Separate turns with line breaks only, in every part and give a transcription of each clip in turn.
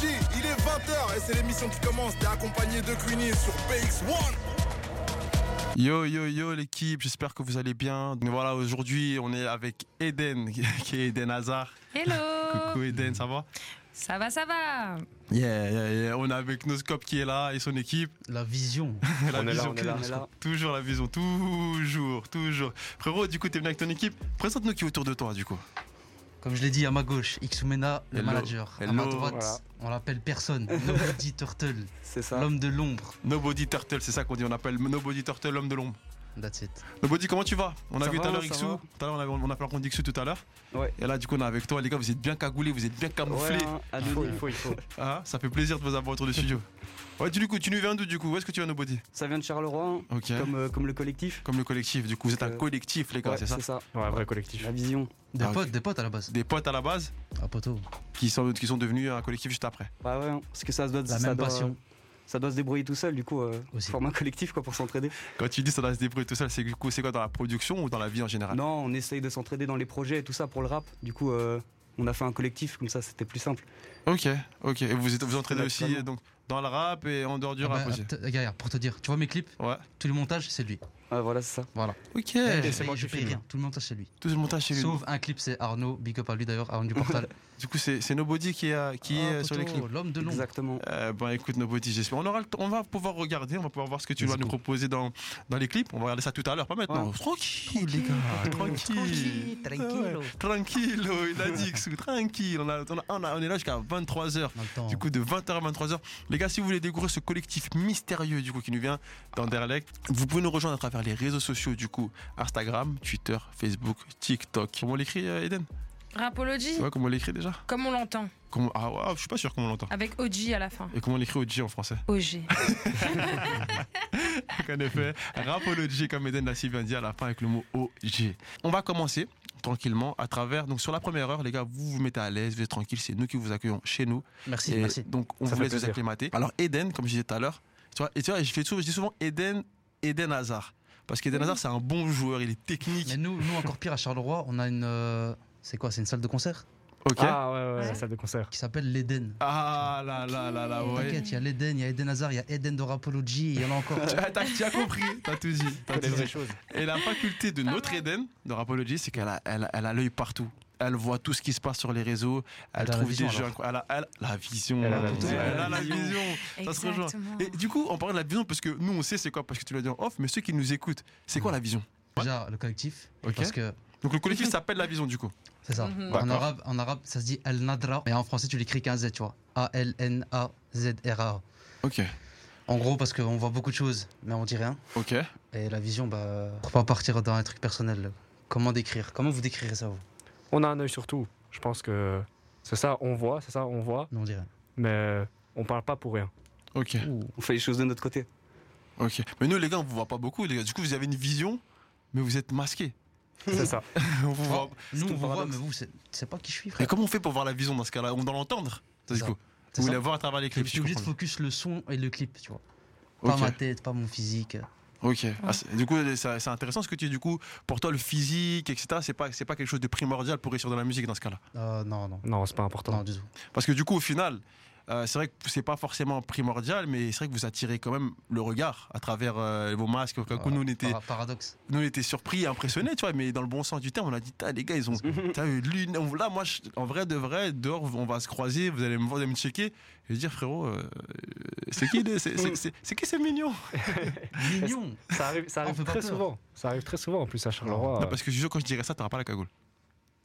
G, il est 20h et c'est l'émission qui commence. T'es accompagné de Queenie sur BX1.
Yo yo yo l'équipe, j'espère que vous allez bien. Donc voilà, aujourd'hui on est avec Eden, qui est Eden Hazard.
Hello
Oh.
Coucou Eden, ça va
Ça va, ça va
yeah, yeah, yeah, on est avec Noscope qui est là et son équipe.
La vision.
la
On est là,
vision
on est
qui
là,
nous-
on est là.
Toujours la vision, toujours, toujours. Frérot, du coup t'es venu avec ton équipe. Présente-nous qui est autour de toi du coup.
Comme je l'ai dit, à ma gauche, Ixumena, le
Hello.
manager. À ma
Hello.
droite,
Voilà.
on l'appelle personne. Nobody Turtle,
C'est ça.
l'homme de l'ombre.
Nobody Turtle, c'est ça qu'on dit, on appelle Nobody Turtle l'homme de l'ombre.
That's it.
Nobody, comment tu vas On a
Ça
vu
va,
tout à l'heure
ça
Ixu,
va.
tout à l'heure on, avait- on a fait rencontre d'Ixu tout à l'heure.
Ouais.
Et là du coup on est avec toi, les gars, vous êtes bien cagoulés, vous êtes bien camouflés.
Ouais, hein, anonyme.
faut, il faut.
Ah, ça fait plaisir de vous avoir autour du studio. Ouais, du coup, tu nous viens d'où du coup Où est-ce que tu viens Nobody
Ça vient de Charleroi, hein,
Ok. Comme...
comme, euh, comme le collectif.
le collectif, du coup, vous êtes un
Euh,
collectif, les gars,
Ouais,
c'est ça
Ouais, vrai collectif.
La vision.
Des
Ah, ok.
potes, des potes à la base.
Des potes à la base
Ah, poteau.
qui sont, qui sont devenus un collectif juste après.
Bah ouais, hein, parce que ça doit,
La
ça
même
doit-
passion.
ça doit se débrouiller tout seul, du coup, euh,
Aussi.
format collectif quoi pour s'entraider.
Quand tu dis ça doit se débrouiller tout seul, c'est du coup, c'est quoi dans la production ou dans la vie en général
Non, on essaye de s'entraider dans les projets et tout ça pour le rap. Du coup, euh, on a fait un collectif, comme ça c'était plus simple.
Ok, ok. Et vous êtes, vous entraînez aussi
Naturellement.
euh, donc, dans le rap et en dehors du
Ah bah,
rap aussi
att- regarde, pour te dire, tu vois mes clips,
Ouais.
tout le montage, c'est lui.
Ah, voilà, c'est ça.
Voilà.
Ok.
Eh, je
c'est moi
paye- je
qui
paye
filme.
rien. Tout le montage, c'est lui.
Tout le montage chez lui.
Sauf un clip, c'est Arnaud. Big up à lui d'ailleurs, Arnaud du Portal.
Du coup, c'est c'est Nobody qui est, euh, qui
Ah,
est euh, sur les
poteau,
clips.
L'homme de l'ombre.
Exactement.
Euh, bon, écoute, Nobody, j'espère. On, aura le temps- on va pouvoir regarder, on va pouvoir voir ce que tu
Let's
vas nous
go.
proposer dans, dans les clips. On va regarder ça tout à l'heure, pas maintenant. Tranquille, les gars, tranquille. Ah
tranquillo.
Tranquille, oh, il a dit Xou, tranquille. On, a- on, a- on a- on est là jusqu'à 23h.
On a le temps.
Du coup, de 20h à 23h. Les gars, si vous voulez découvrir ce collectif mystérieux, du coup, qui nous vient d'Anderlecht, vous pouvez nous rejoindre à travers les réseaux sociaux, du coup, Instagram, Twitter, Facebook, TikTok. Comment on l'écrit, euh, Eden
Rapology,
Ouais, comment on l'écrit déjà
comme on l'entend,
Comment- Ah, ouais, je suis pas sûr comment on l'entend.
avec OG à la fin.
Et comment on l'écrit OG en français
OG.
Donc, en effet, rapology comme Eden l'a si bien dit à la fin avec le mot OG. On va commencer tranquillement à travers. Donc sur la première heure, les gars, vous vous mettez à l'aise, vous êtes tranquille, c'est nous qui vous accueillons chez nous.
Merci,
Et
merci.
Donc on
Ça
vous
fait
laisse vous
plaisir.
acclimater. Alors Eden, comme je disais tout à l'heure, tu vois, et tu vois, je, fais souvent- je dis souvent Eden, Eden Hazard. Parce qu'Eden Hazard, c'est un bon joueur, il est technique.
Mais nous, nous, encore pire, à Charleroi, on a une. euh, C'est quoi C'est une salle de concert
Ok. Ah,
Ah ouais, ouais,
Ouais.
la salle de concert.
qui s'appelle l'Eden.
là là là là, ouais.
T'inquiète, il y a l'Eden, il y a Eden Hazard, il y a Eden de Rapology, il y en a encore.
Ah, t'as- Tu as compris, t'as tout dit. t'as tout dit. Et la faculté de notre Eden, de Rapology, c'est qu'elle a, elle, a- elle a l'œil partout. Elle voit tout ce qui se passe sur les réseaux. Elle,
Elle a la
trouve
vision,
des gens.
alors.
Elle a, elle- la vision.
Elle a la
putain,
vision.
elle a la vision. Ça se rejoint.
Exactement.
Et du coup, on parle de la vision parce que nous, on sait c'est quoi, parce que tu l'as dit en off, mais ceux qui nous écoutent, c'est quoi la vision
Déjà, le collectif.
Ok.
Parce que
Donc le collectif s'appelle la vision du coup.
C'est ça.
Mhm.
En,
D'accord.
arabe, en arabe, ça se dit Al-Nadra, mais en français, tu l'écris qu'un Z, tu vois. A-L-N-A-Z-R-A.
Ok.
En gros, parce qu'on voit beaucoup de choses, mais on dit rien.
Ok.
Et la vision, bah, pour pas partir dans un truc personnel, comment décrire Comment vous décrirez ça, vous
On a un œil sur tout. Je pense que c'est ça, on voit, c'est ça, on voit,
Nous, on dit rien.
mais on parle pas pour rien.
Ok.
On fait les choses de notre côté.
Ok. Mais nous, les gars, on vous voit pas beaucoup. Les gars. Du coup, vous avez une vision, mais vous êtes masqués.
C'est ça.
on vous voit.
Nous,
ton
on vous voit,
paradoxe.
mais vous, c'est- tu sais pas qui je suis,
Et
frère.
comment on fait pour voir la vision dans ce cas-là On doit l'entendre. Du
Ça.
coup. Vous
C'est ça.
voulez la voir à travers les
Je
clips.
suis
je
obligé de
comprends.
focus le son et le clip, tu vois. Pas
Ok.
ma tête, pas mon physique.
Ok. Ah, c'est- du coup, ça- c'est intéressant ce que tu dis. Du coup, pour toi, le physique, etc., c'est pas, c'est pas quelque chose de primordial pour réussir dans la musique dans ce cas-là.
Euh, non, non.
Non, c'est pas
Non,
important.
du tout.
Parce que du coup, au final, euh, c'est vrai que c'est pas forcément primordial, mais c'est vrai que vous attirez quand même le regard à travers euh, vos masques. Au cas où, nous, on était,
Para- paradoxe.
nous, on était surpris, impressionnés, tu vois, mais dans le bon sens du terme, on a dit, Tain, les gars, ils ont. T'as eu l'une. on- Là, moi, je- en vrai de vrai, dehors, on va se croiser, vous allez me voir, vous allez me checker. Je vais dire, frérot, euh, c'est qui, les- c'est- c'est- c'est- c'est qui ces mignons
Mignon
Ça arrive, ça
On
arrive
fait pas
très
peur.
souvent. Ça arrive très souvent en plus à Charleroi.
Non, parce que je suis sûr, quand je dirais ça, t'auras pas la cagoule.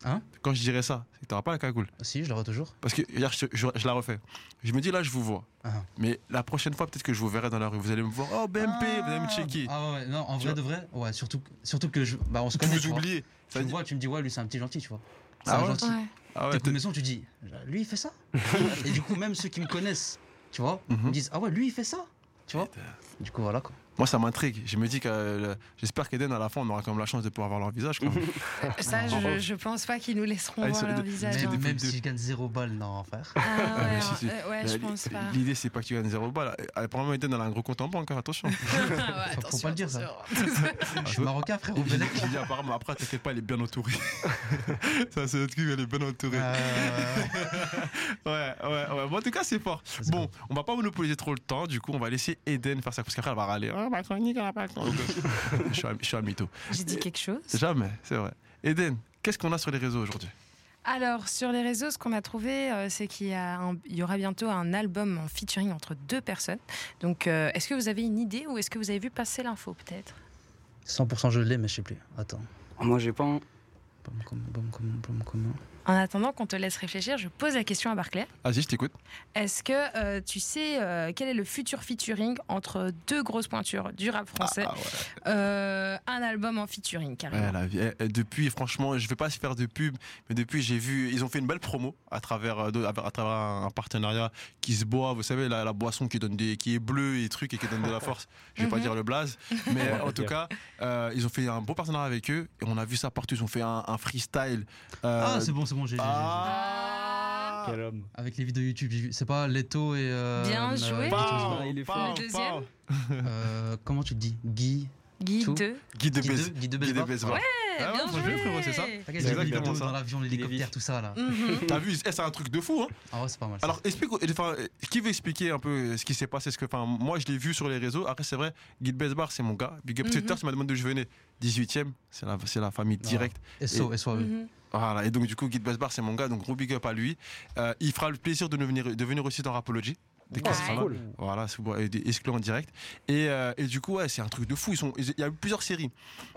Hein
Quand je dirais ça, c'est que t'auras pas la cagoule.
Si, je l'aurai toujours.
Parce que hier, je, je- je la refais. Je me dis, là, je vous vois.
Ah.
Mais la prochaine fois, peut-être que je vous verrai dans la rue. Vous allez me voir. Oh, BMP, vous allez me checker.
Ah ouais, ouais, non, en
Tu
vrai de vrai, ouais, surtout, surtout que je. Bah, on se
Vous
connaît,
vous
tu vois.
oubliez.
Tu
Ça
me
dit-
vois, tu me dis, ouais, lui, c'est un petit gentil, tu vois. C'est
Ah
un
ouais
gentil.
Ouais.
Ah ouais,
T'es
t'es-
connaissant, tu dis, lui, il fait ça. Et du coup, même ceux qui me connaissent, tu vois,
Mhm.
ils me disent, ah ouais, lui, il fait ça. Tu vois Du coup, voilà quoi.
Moi, ça m'intrigue. Je me dis que euh, le- j'espère qu'Eden, à la fin, on aura quand même la chance de pouvoir voir leur visage. Quand même.
Ça, je, je pense pas qu'ils nous laisseront
Ah, ils
voir
sont-
leur
de-
visage.
c'est
Même,
hein.
des-
même
des-
si je gagne zéro balle, non, frère.
Ah ouais,
Mais si, si.
euh, ouais, je pense pas.
L'idée, c'est pas que tu gagnes zéro balle. Euh, Apparemment, Eden, elle a un gros compte en banque. hein, Attention.
Ah, Ouais,
Faut- faut
attention,
pas le dire, ça.
attention.
Je suis marocain, frère, au
J'ai
Belek.
dit apparemment. Après, t'inquiète pas, elle est bien entourée. ça, c'est le truc, elle est bien entourée.
Euh,
ouais, ouais. Bon, en tout cas, c'est fort.
Let's
bon,
go.
on va pas monopoliser trop le temps. Du coup, on va laisser Eden faire ça. Parce qu'après, elle va râler. Ah, ma chronique, elle a pas le temps. Donc, euh, je, suis un, je suis un mytho.
J'ai dit quelque chose.
Jamais, c'est vrai. Eden, qu'est-ce qu'on a sur les réseaux aujourd'hui
Alors, sur les réseaux, ce qu'on a trouvé, euh, c'est qu'il y, a un- il y aura bientôt un album en featuring entre deux personnes. Donc, euh, est-ce que vous avez une idée ou est-ce que vous avez vu passer l'info, peut-être
100% je l'ai, mais je sais plus. Attends.
Ah, Moi, j'ai pas. hein. un-
Bam, comment, bam, comment, bam, comment.
Euh,
En attendant qu'on te laisse réfléchir, je pose la question à Barclay.
Vas-y, je t'écoute.
Est-ce que euh, tu sais euh, quel est le futur featuring entre deux grosses pointures du rap français
Ah, ouais.
Euh, Un album en featuring, carrément.
Ouais, la vie- eh, eh, depuis, franchement, je vais pas se faire de pub, mais depuis, j'ai vu, ils ont fait une belle promo à travers, euh, de- à, à travers un un partenariat qui se boit, vous savez, la, la boisson qui donne des, qui est bleue et trucs et qui donne de la force. Je vais pas
Mhm.
dire le blaze, mais
On va
euh, en
pas
tout
dire.
cas, euh, ils ont fait un beau partenariat avec eux et on a vu ça partout. Ils ont fait un, un freestyle. euh,
Ah, c'est bon, c'est bon, j'ai. j'ai- j'ai-
ah,
Quel homme.
Avec les vidéos YouTube, j'ai vu. C'est pas Leto et. euh,
Bien
euh,
joué.
Pow,
Ah, il est
pow,
fort.
Le deuxième
pow.
euh, comment tu dis Guy.
Guy
Tout.
2.
Guy de
Guy
Bes-
de- Guy de
Guy de
Besbar.
Besbar.
Ouais.
Ah ouais,
Eh, bien
faut jouer, frérot, c'est ça.
joué.
T'inquiète, j'ai vu les
exactement
vidéos
ça.
dans l'avion,
Il est
l'hélicoptère,
vif.
tout ça là.
Mhm.
T'as vu, eh, c'est un truc de fou, hein.
Ah ouais, c'est pas mal. ça.
Alors, explique, enfin, euh, qui veut expliquer un peu euh, ce qui s'est passé Parce que, enfin, moi, je l'ai vu sur les réseaux. Après, c'est vrai, Guy Besbar, c'est mon gars. Big Up
Mhm.
Twitter, tu m'as demandé d'où je venais. 18ème, c'est la, c'est la famille
Ah.
directe.
SO, SO, oui.
Mhm.
Voilà, et donc, du coup, Guy Besbar, c'est mon gars, donc gros big up à lui. Euh, il fera le plaisir de, nous venir, de venir aussi dans Rapology. Dès qu'il
Ouais.
sera là.
Cool.
Voilà, c'est bon, et des exclus en direct. Et, euh, et du coup, ouais, c'est un truc de fou. Ils sont, ils- il y a eu plusieurs séries.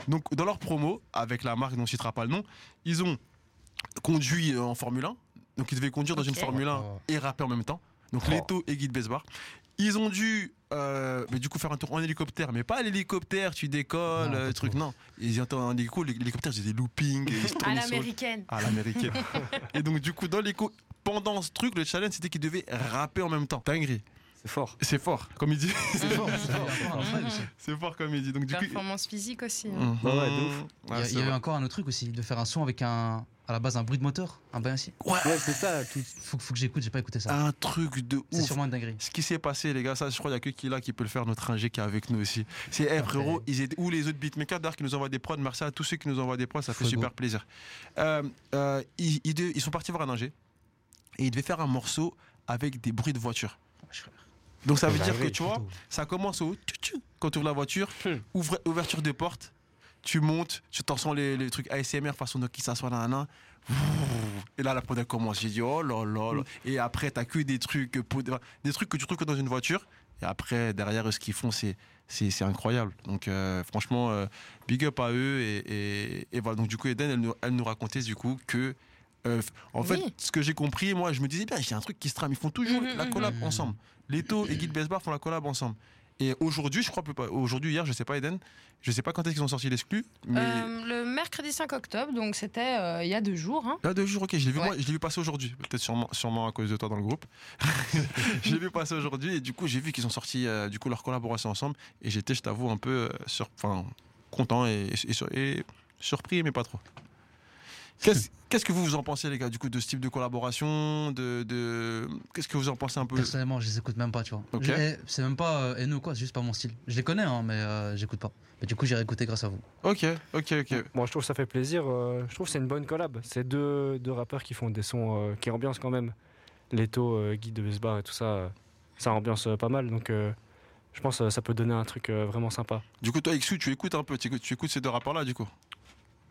Donc, dans leur promo, avec la marque dont on ne citera pas le nom, ils ont conduit euh, en Formule 1. Donc, ils devaient conduire dans
Ok.
une Formule 1
Oh.
et rapper en même temps. Donc,
Oh.
Leto et Guy de Besbar. Ils ont dû, euh, mais du coup, faire un tour en hélicoptère. Mais pas l'hélicoptère, tu décolles,
Non,
euh,
pas
truc.
trop.
Non, ils étaient en hélico. L'hélicoptère, j'ai des loopings. et Ils se
À
tournaient sur-
l'américaine.
à l'américaine. et donc, du coup, dans l'écho, pendant ce truc, le challenge, c'était qu'ils devaient rapper en même temps. Dinguerie.
C'est fort.
C'est fort, comme il dit.
C'est fort,
Mhm.
c'est fort, c'est fort, c'est fort.
C'est fort comme il dit. Donc du coup.
Performance physique aussi. hein.
Mhm.
Ouais, ouais, de ouf.
Il y a-
Ouais,
il y,
c'est
a eu
vrai.
encore un autre truc aussi, de faire un son avec un. à la base, un bruit de moteur, un bain ainsi.
Ouais, c'est ça. Tout...
Faut, que- faut que j'écoute, j'ai pas écouté ça.
Un truc de
c'est
Ah, ouf.
sûrement une dinguerie.
Ce qui s'est passé, les gars, ça, je crois, il n'y a que Kila qui peut le faire, notre ingé qui est avec nous aussi. C'est, eh, frérot, ils étaient, ou les autres beatmakers d'ailleurs qui nous envoient des prods. Merci à tous ceux qui nous envoient des prods, ça fait
Frérot.
super plaisir. Euh, euh, ils, ils de- ils sont partis voir un ingé et ils devaient faire un morceau avec des bruits de voiture. Donc ça veut dire que tu vois, Ça commence au tu-tu quand tu ouvres la voiture,
Hmm.
ouvre- ouverture de porte, tu montes, tu t'en sens les, les trucs ASMR façon de qui s'assoit dans un Et là, la prod elle commence. J'ai dit oh là là
Mm.
là. Et après, t'as que des trucs, pour- des trucs que tu trouves que dans une voiture. Et après, derrière, ce qu'ils font, c'est. C'est c'est incroyable. Donc, euh, franchement, euh, big up à eux. Et, et- et voilà. Donc, du coup, Eden, elle nous, elle nous racontait, du coup, que. euh, en fait,
Oui.
ce que j'ai compris, moi, je me disais bien, il y a un truc qui se trame. Ils font toujours
Mhm,
la
mhm.
collab
Mhm.
ensemble. Leto et Guy Besbar font la collab ensemble. Et aujourd'hui, je crois que pas. Aujourd'hui, hier, je sais pas, Eden, je sais pas quand est-ce qu'ils ont sorti l'exclu, Mm, mais.
Euh, le mercredi 5 octobre, donc c'était euh, il y a deux jours. hein.
Ah, deux jours, ok, je l'ai vu,
Ouais.
moi, je l'ai vu passer aujourd'hui. Peut-être sûrement, sûrement à cause de toi dans le groupe. je l'ai vu passer aujourd'hui et du coup, j'ai vu qu'ils ont sorti euh, du coup, leur collaboration ensemble et j'étais, je t'avoue, un peu euh, sur, enfin, content et, et sur- et surpris, mais pas trop. Qu'est-ce qu'est-ce que vous, vous en pensez, les gars, du coup, de ce type de collaboration de, de... Qu'est-ce que vous en pensez un peu
Personnellement, je les écoute même pas, tu vois.
Ok.
Je- eh, C'est même pas euh, haineux ou quoi, c'est juste pas mon style. Je les connais, hein, mais euh, j'écoute pas. Mais du coup, j'ai réécouté grâce à vous.
Ok, ok, ok.
Moi, je trouve que ça fait plaisir. euh, je trouve que c'est une bonne collab. C'est deux, deux rappeurs qui font des sons euh, qui ambiancent quand même. Leto, euh, Guy de Besbar et tout ça, euh, ça ambiance euh, pas mal. Donc, euh, je pense que ça peut donner un truc euh, vraiment sympa.
Du coup, toi, Xu, tu écoutes un peu, tu écoutes, tu écoutes ces deux rapports-là, du coup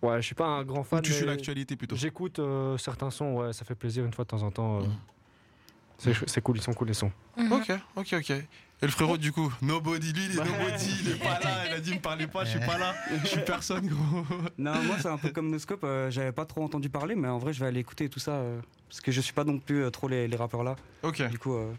Ouais, je suis pas un grand
Ou
fan.
tu suis
mais
l'actualité plutôt
J'écoute euh, certains sons. Ouais, ça fait plaisir une fois de temps en temps. euh.
Mhm.
C'est chou- C'est cool, ils sont cool les sons.
Mhm. Bah,
Ok, ok, ok. Et le frérot, du coup, nobody, lui, il est nobody, il est pas là, il a dit, me parlez pas, je suis pas là, je suis personne, gros.
Non, moi, c'est un peu comme Noscope. euh, J'avais pas trop entendu parler, mais en vrai, je vais aller écouter tout ça. euh, parce que je suis pas non plus euh, trop les, les rappeurs là.
Ok,
Du coup, euh,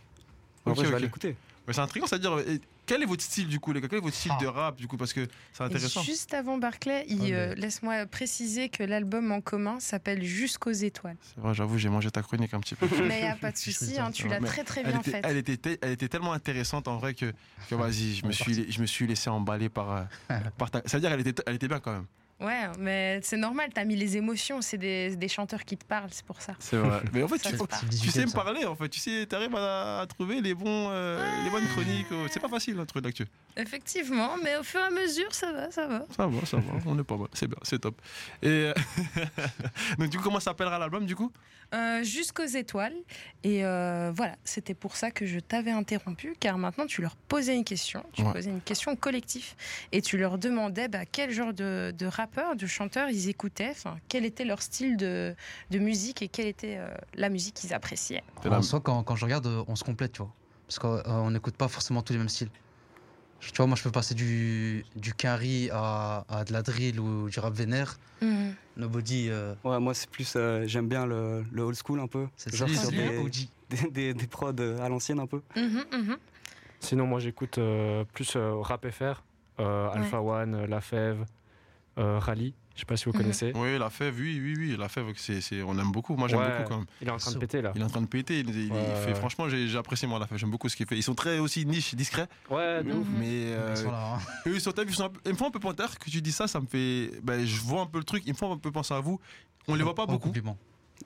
en
Ok,
vrai, je
ok.
vais aller écouter.
mais c'est intriguant, c'est-à-dire, euh, quel est votre style, du coup, les gars Quel est votre style
Ah.
de rap, du coup, parce que c'est
Et
intéressant.
juste avant Barclay, il,
Oh, mais-
euh, laisse-moi préciser que l'album en commun s'appelle Jusqu'aux étoiles.
C'est vrai, j'avoue, j'ai mangé ta chronique un petit peu.
Mais il n'y a pas de
Je suis
souci,
sûr,
hein,
ça
tu
va.
l'as
Mais
très très
Elle
bien
était,
faite.
elle, était, te- elle était tellement intéressante en vrai que, que vas-y, je me
On est
suis, je me suis laissé emballer par, euh, par ta. C'est-à-dire, elle était, elle était bien quand même.
Ouais, mais c'est normal, t'as mis les émotions, c'est des, des chanteurs qui te parlent, c'est pour ça.
C'est vrai. Mais en fait,
Ça,
tu,
c'est pas-
tu sais
difficile,
me
ça.
parler, en fait. Tu sais, t'arrives à, à trouver les, bons, euh, les bonnes
Ah.
chroniques. euh, C'est pas facile, un truc d'actu.
Effectivement, mais au fur et à mesure, ça va, ça va.
Ça va, ça va. On est pas mal. C'est bien, c'est top. Et euh, donc, du coup, comment s'appellera l'album, du coup
Euh, Jusqu'aux étoiles. Et euh, voilà, c'était pour ça que je t'avais interrompu, car maintenant tu leur posais une question. Tu
Ouais.
posais une question collective. Et tu leur demandais bah, quel genre de, de rappeur, de chanteur ils écoutaient, enfin, quel était leur style de, de musique et quelle était euh, la musique qu'ils appréciaient.
C'est la-
En soi, quand, quand je regarde, euh, on se complète, tu vois. Parce qu'on euh, n'écoute pas forcément tous les mêmes styles. Je- Tu vois, moi, je peux passer du, du carry à, à de la drill ou du rap vénère.
Mmh.
Nobody, euh,
Ouais, moi, c'est plus. euh, J'aime bien le, le old school un peu.
c'est
Genre
c'est-
sur
c'est
des,
OG.
des, des- des prods euh, à l'ancienne un peu.
Mhm, mhm.
Sinon, moi, j'écoute euh, plus euh, rap FR, euh, Alpha One, euh, La Fève, euh, Rally. Je sais pas si vous
Mhm.
connaissez.
Oui, la fève, oui, oui, oui. La fève, c'est, c'est- on aime beaucoup. Moi, j'aime
Ouais.
beaucoup quand même.
Il est en train de péter là.
Il est en train de péter. Il, il- il
Ouais,
fait,
ouais.
Franchement, j'ai, j'apprécie moi la fève. J'aime beaucoup ce qu'il fait. Ils sont très aussi niche, discrets.
Ouais, Ah, de
Mais
ouf.
Mhm.
euh,
Ils sont là, hein.
eux, ils sont, ils sont un peu- ils me font un peu panter. Que tu dis ça, ça me fait. Ben, je vois un peu le truc. Ils me font un peu penser à vous. On les voit pas
Oh,
beaucoup.
compliment.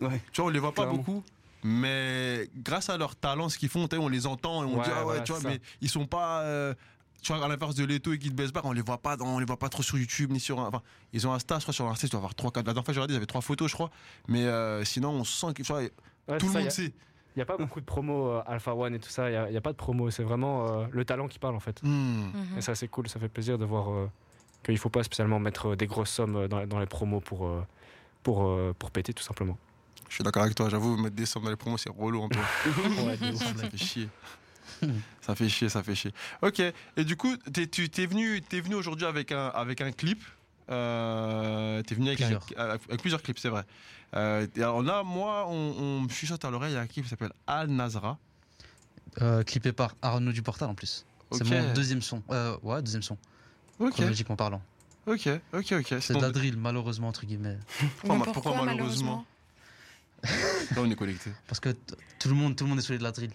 Ouais.
Tu vois, on les voit pas
Clairement.
beaucoup. Mais grâce à leur talent, ce qu'ils font, t'as vu, on les entend et on
Ouais,
dit ah ouais,
voilà,
tu vois,
c'est ça.
mais ils sont pas. euh, tu vois, à l'inverse de Leto et Guy de Besbar, on les voit pas, dans- on les voit pas trop sur YouTube ni sur. un- Enfin, ils ont Insta, je crois, sur Insta, tu dois avoir 3 4 La dernière fois, j'ai regardé, ils avaient 3 photos, je crois. Mais euh, sinon, on sent que tu vois,
Ouais,
tout
c'est
le
ça,
monde
il y a-
sait.
Il n'y a pas beaucoup de promos euh, Alpha One et tout ça. Il n'y a, pas de promo. C'est vraiment euh, le talent qui parle en fait.
Hmm.
Mhm.
Et ça, c'est cool. Ça fait plaisir de voir euh, qu'il ne faut pas spécialement mettre euh, des grosses sommes euh, dans, dans les promos pour, euh, pour, euh, pour péter tout simplement.
Je suis d'accord avec toi, j'avoue, mettre des sommes dans les promos, c'est relou un peu.
Ouais, de ouf.
ça fait chier. ça fait chier, ça fait chier. Ok, et du coup, t'es, tu t'es venu, t'es venu aujourd'hui avec un, avec un clip. Euh, t'es venu avec, un-
Plusieurs.
avec- avec plusieurs clips, c'est vrai. Euh, et alors là, moi, on, on me chuchote à l'oreille, il y a un clip qui s'appelle Al Nazra.
Euh, clippé par Arnaud du Portal en plus.
Ok.
C'est mon deuxième son. Euh, ouais, deuxième son,
Ok,
chronologiquement parlant.
ok, ok, ok. C'est
C'est
ton-
de la drill, malheureusement, entre guillemets.
Pourquoi,
Mais
ma- pourquoi, malheureusement Là, on est connecté.
Parce que t- tout le monde, tout le monde est saoulé de la drill.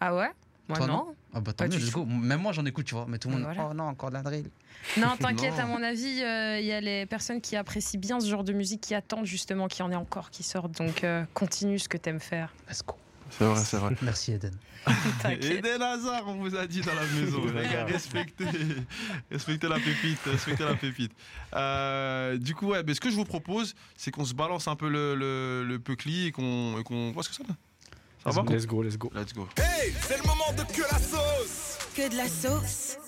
Ah ouais Moi
Toi,
non.
Ah bah
Pas
tant mieux,
du
let's
tout.
go. Même moi, j'en écoute, tu vois. Mais tout le
Bah
monde.
voilà.
Oh non, encore de la drill.
Non, t'inquiète,
Non.
à mon avis, euh, il y a les personnes qui apprécient bien ce genre de musique qui attendent justement qu'il y en ait encore qui sortent. Donc euh, continue ce que t'aimes faire.
Let's go.
C'est vrai, c'est vrai.
Merci Eden.
Et
T'inquiète.
des Lazare, on vous a dit dans la maison, les gars, respectez, respectez la pépite, respectez la pépite. Euh, du coup, ouais, mais ce que je vous propose, c'est qu'on se balance un peu le, le, le peucli et qu'on et qu'on voit ce que ça donne. Ça va
Let's go, let's go.
Let's go.
Hey, c'est le moment de que la sauce
Que de la sauce.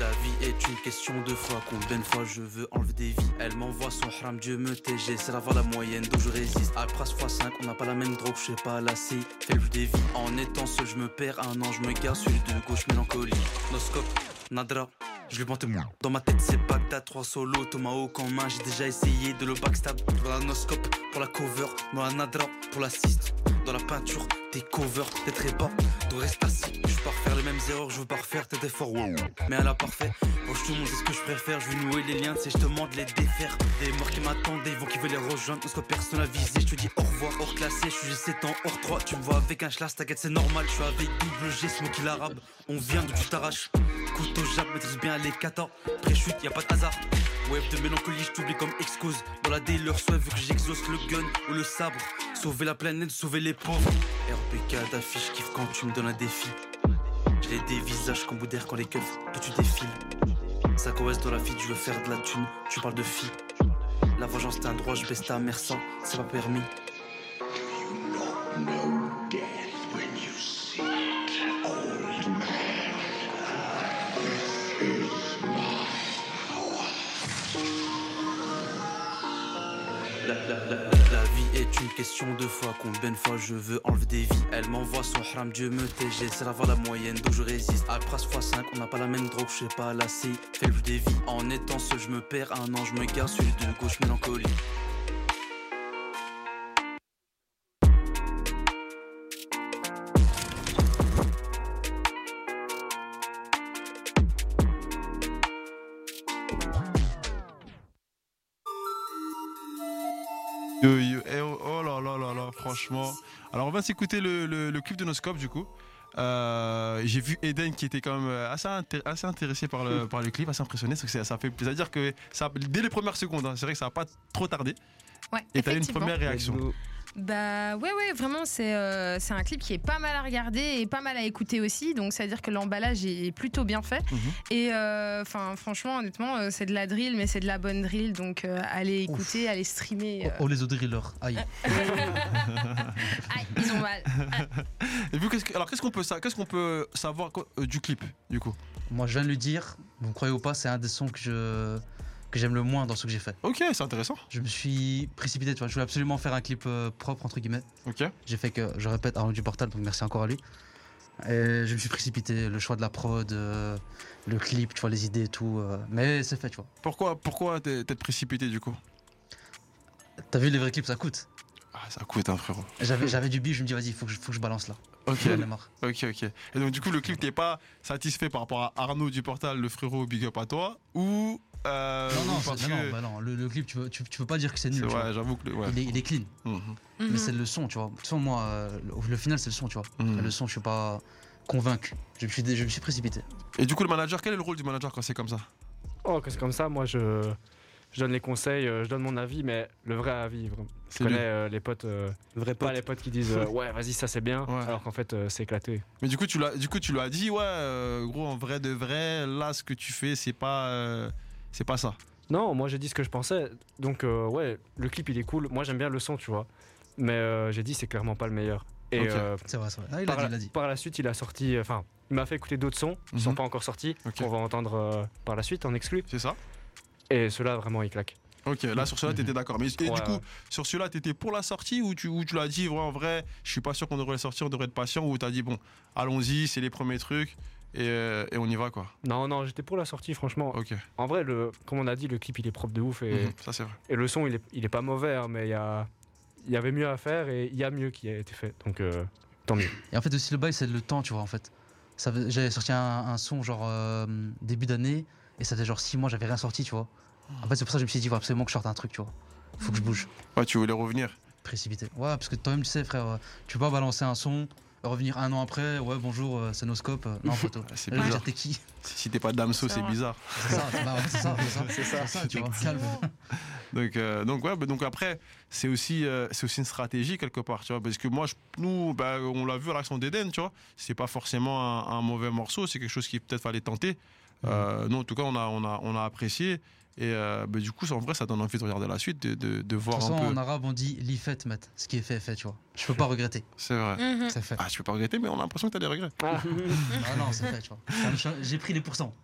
La vie est une question de foi, combien de fois je veux enlever des vies Elle m'envoie son haram, Dieu me TG, c'est la voie la moyenne d'où je résiste Après x 5, on n'a pas la même drogue, je sais pas la C, fait le des vies En étant seul, je me perds, un an je me garde, celui de gauche mélancolie Noscope, Nadra, je lui mentais moins Dans ma tête c'est Bagdad, trois solos, Tomahawk en main J'ai déjà essayé de le backstab Dans la noscope, pour la cover Dans la Nadra, pour l'assist Dans la peinture, des covers, des trépas De reste assis, je veux pas refaire les mêmes erreurs Je veux pas refaire tes efforts, wow. Mais à la parfait, Roche tout le monde, c'est ce que je préfère. Je veux nouer les liens, c'est je te demande de les défaire. Des morts qui m'attendent, des vents qui veulent les rejoindre. On se personnalisé, je te dis au revoir, hors classé. Je suis 7 ans, hors 3. Tu me vois avec un schlass, t'inquiète, c'est normal. Je suis avec double G, ce mot qui l'arabe. On vient d'où tu t'arraches. Couteau jab, maîtrise bien les 14. Pré-chute, y a pas de hasard. Web de mélancolie, je t'oublie comme excuse. Dans la leur soit vu que j'exauce le gun ou le sabre. Sauver la planète, sauver les pauvres. RPK d'affiche, kiffe quand tu me donnes un défi. Je les dévisage comme bout d'air quand les keufs, tout tu défiles. Ça coesse dans la vie, tu veux faire de la thune, tu parles de fille. La vengeance c'est un droit, je baisse ta mère sans, c'est pas permis. La, la- la- la vie est une question de foi. Combien de fois je veux enlever des vies Elle m'envoie son haram, Dieu me TG. C'est la voie la moyenne d'où je résiste. Après fois 5 on n'a pas la même drogue, je sais pas la C. Fais le des vies. En étant seul, je me perds. Un an, je me garde celui de gauche mélancolie.
Yo, yo, eh, oh, oh là là là là, franchement. Alors, on va s'écouter le, le, le clip de Noscope, du coup. Euh, j'ai vu Eden qui était quand même euh, assez, inté- assez intéressé par le, par le clip, assez impressionné. C'est que c'est- ça fait plaisir. C'est-à-dire que ça, dès les premières secondes, hein, c'est vrai que ça n'a pas trop tardé.
Ouais,
Et t'as eu une
effectivement.
première réaction.
Bah ouais ouais vraiment c'est euh, c'est un clip qui est pas mal à regarder et pas mal à écouter aussi donc c'est à dire que l'emballage est plutôt bien fait
Mhm.
et euh, enfin franchement honnêtement euh, c'est de la drill mais c'est de la bonne drill donc euh, allez
Ouf.
écouter allez streamer
Oh,
euh.
oh, les autres drillers. Aïe.
Aïe, Ah, ils ont mal
Et vous, qu'est-ce que- alors, qu'est-ce qu'on peut, sa- qu'est-ce qu'on peut savoir quoi, euh, du clip, du coup
Moi, je viens de lui dire, vous me croyez ou pas, c'est un des sons que je que j'aime le moins dans ce que j'ai fait.
Ok, c'est intéressant.
Je me suis précipité, tu vois. Je voulais absolument faire un clip euh, propre, entre guillemets.
Ok.
J'ai fait que, je répète, Arnaud du Portal, donc merci encore à lui. Et je me suis précipité, le choix de la prod, euh, le clip, tu vois, les idées et tout. euh, mais c'est fait, tu vois.
Pourquoi, pourquoi t'es, t'es précipité, du coup
T'as vu, les vrais clips, ça coûte.
Ah, ça coûte, hein, frérot.
J'avais j'avais du bif, je me dis, vas-y, faut que je, faut que je balance là.
Ok,
J'en ai marre.
ok, ok. Et donc, du coup, le clip, t'es pas satisfait par rapport à Arnaud du Portal, le frérot Big Up à toi Ou. euh,
non, non,
ou parce
c'est- non, non,
que-
bah non, le, le clip, tu, veux- tu, tu peux pas dire que c'est nul.
C'est
tu vois.
ouais, j'avoue que. le- Ouais.
Il, est, il est clean,
Mhm.
Mhm.
mais c'est le son, tu vois. De toute façon, moi, euh, le, le final, c'est le son, tu vois.
Mhm.
Le son, je suis pas convaincu. Je me suis, dé- je me suis précipité.
Et du coup, le manager, quel est le rôle du manager quand c'est comme ça
Oh, que c'est comme ça, moi je, je donne les conseils, euh, je donne mon avis, mais le vrai avis. vraiment. Je
C'est lui.
connais euh, les potes, euh,
Vrai
pas
pote.
les potes qui disent euh, ouais, vas-y, ça c'est bien,
Ouais.
alors qu'en fait euh, c'est éclaté.
Mais du coup, tu l'as, du coup, tu lui as dit, ouais, euh, gros, en vrai de vrai, là, ce que tu fais, c'est pas, euh, c'est pas ça.
Non, moi j'ai dit ce que je pensais, donc euh, ouais, le clip il est cool, moi j'aime bien le son, tu vois, mais euh, j'ai dit c'est clairement pas le meilleur. Et
Ok.
euh,
C'est vrai, c'est vrai. Ah, il a
par,
dit,
la,
il a dit.
par la suite, il a sorti, euh, enfin, il m'a fait écouter d'autres sons qui
Mhm.
sont pas encore sortis,
Ok.
qu'on va entendre euh, par la suite en exclu,
C'est ça.
et ceux-là vraiment ils claquent.
Ok. Là, sur cela, t'étais d'accord. Mais et
Mhm. Ouais,
du coup,
ouais.
sur cela, t'étais pour la sortie ou tu, ou tu l'as dit, ouais, en vrai, je suis pas sûr qu'on devrait la sortir, on devrait être patient, ou t'as dit, bon, allons-y, c'est les premiers trucs et, euh, et on y va, quoi.
Non, non, j'étais pour la sortie, franchement.
Ok.
En vrai, le, comme on a dit, le clip il est propre de ouf, et,
Mhm, ça, c'est vrai.
et le son il est, il est pas mauvais, hein, mais il y, a, il y avait mieux à faire, et il y a mieux qui a été fait, donc euh, tant mieux.
Et en fait, aussi, le bail, c'est le temps, tu vois, en fait. Ça faisait- J'avais sorti un, un son, genre, euh, début d'année, et ça faisait genre 6 mois, j'avais rien sorti, tu vois. En fait, c'est pour ça que je me suis dit, faut absolument que je sorte un truc, tu vois. Faut que je bouge.
Ouais, tu voulais revenir.
Précipité. Ouais, parce que toi-même, tu sais, frère, euh, tu peux pas balancer un son, revenir un an après, ouais, bonjour, euh, c'est nos scopes. euh, Non, photo.
Ah, C'est
Elle va
bizarre.
dire, t'es qui
Si t'es pas Damso,
C'est
c'est
vrai.
bizarre.
C'est ça, c'est bah, ouais, c'est ça, c'est ça. C'est ça, tu vois. Calme.
Donc, euh, donc, ouais, bah, donc après, c'est aussi, euh, c'est aussi une stratégie quelque part, tu vois. Parce que moi, je- nous, bah, on l'a vu à l'action d'Eden, tu vois. C'est pas forcément un, un mauvais morceau, c'est quelque chose qui peut-être fallait tenter.
Mhm.
Euh, Nous, en tout cas, on a, on a, on a apprécié. Et euh, bah, du coup, ça, en vrai, ça donne envie de regarder la suite, de, de, de
De
voir
toute
un
façon,
peu.
en arabe, on dit l'ifet, mate. Ce qui est fait, est fait, tu vois. Je peux pas regretter.
C'est vrai.
Mhm.
C'est fait.
Ah, je peux pas regretter, mais on a l'impression que t'as des regrets.
Ah non, c'est fait, tu vois. Ça me- J'ai pris les pourcents.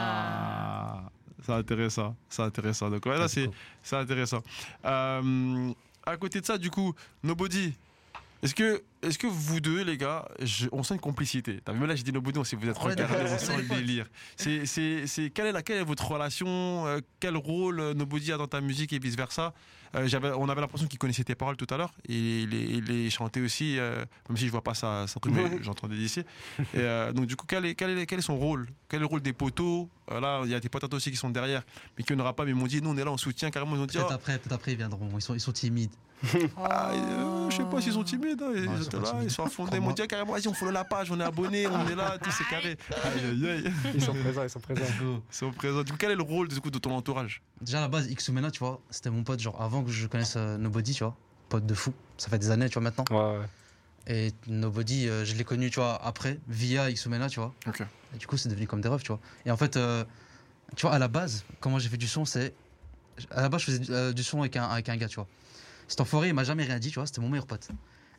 Ah, c'est intéressant, c'est intéressant. Donc ouais, là, c'est, c'est intéressant. Euh, à côté de ça, du coup, Nobody, est-ce que, est-ce que vous deux, les gars, je- on sent une complicité T'as vu, là, j'ai dit Nobody, on sait que vous êtes
On est
regardés,
d'accord,
on
on
sent
est
le
potes.
délire. C'est, c'est, c'est, quelle, est la, quelle est votre relation euh, Quel rôle euh, Nobody a dans ta musique et vice-versa Euh, j'avais, On avait l'impression qu'il connaissait tes paroles tout à l'heure. Et il, les- il les chantait aussi, euh, même si je vois pas ça, ça mais j'entendais d'ici. Et euh, donc du coup, quel est, quel, est, quel est son rôle Quel est le rôle des poteaux Euh, Là, il y a des potes à toi aussi qui sont derrière, mais qui n'aura pas. Mais ils m'ont dit, nous on est là, on soutient carrément. Ils ont dit,
Peut-être
oh,
après, peut-être après, ils viendront. Ils sont, ils sont timides.
ah, euh, je sais pas s'ils sont timides. hein. Ils,
Non, ils sont
étaient
pas
là,
timides.
ils sont à fond. Ils m'ont
Crois-moi.
dit, ah, carrément, vas-y, on follow la page, on est abonné, on est là, tout c'est carré. Aïe, aïe, aïe.
Ils sont présents, ils sont présents.
Ils sont présents. Du coup, quel est le rôle du coup, de ton entourage
Déjà, à la base, Xumena, tu vois, c'était mon pote, genre, avant que je connaisse euh, Nobody, tu vois. Pote de fou. Ça fait des années, tu vois, maintenant.
Ouais, ouais.
Et Nobody, euh, je l'ai connu, tu vois, après, via Xumena, tu vois.
Ok.
Et du coup, c'est devenu comme des refs, tu vois. Et en fait, euh, tu vois, à la base, comment j'ai fait du son, c'est. À la base, je faisais du- euh, du son avec un, avec un gars, tu vois. Cet enfoiré, il m'a jamais rien dit, tu vois, c'était mon meilleur pote.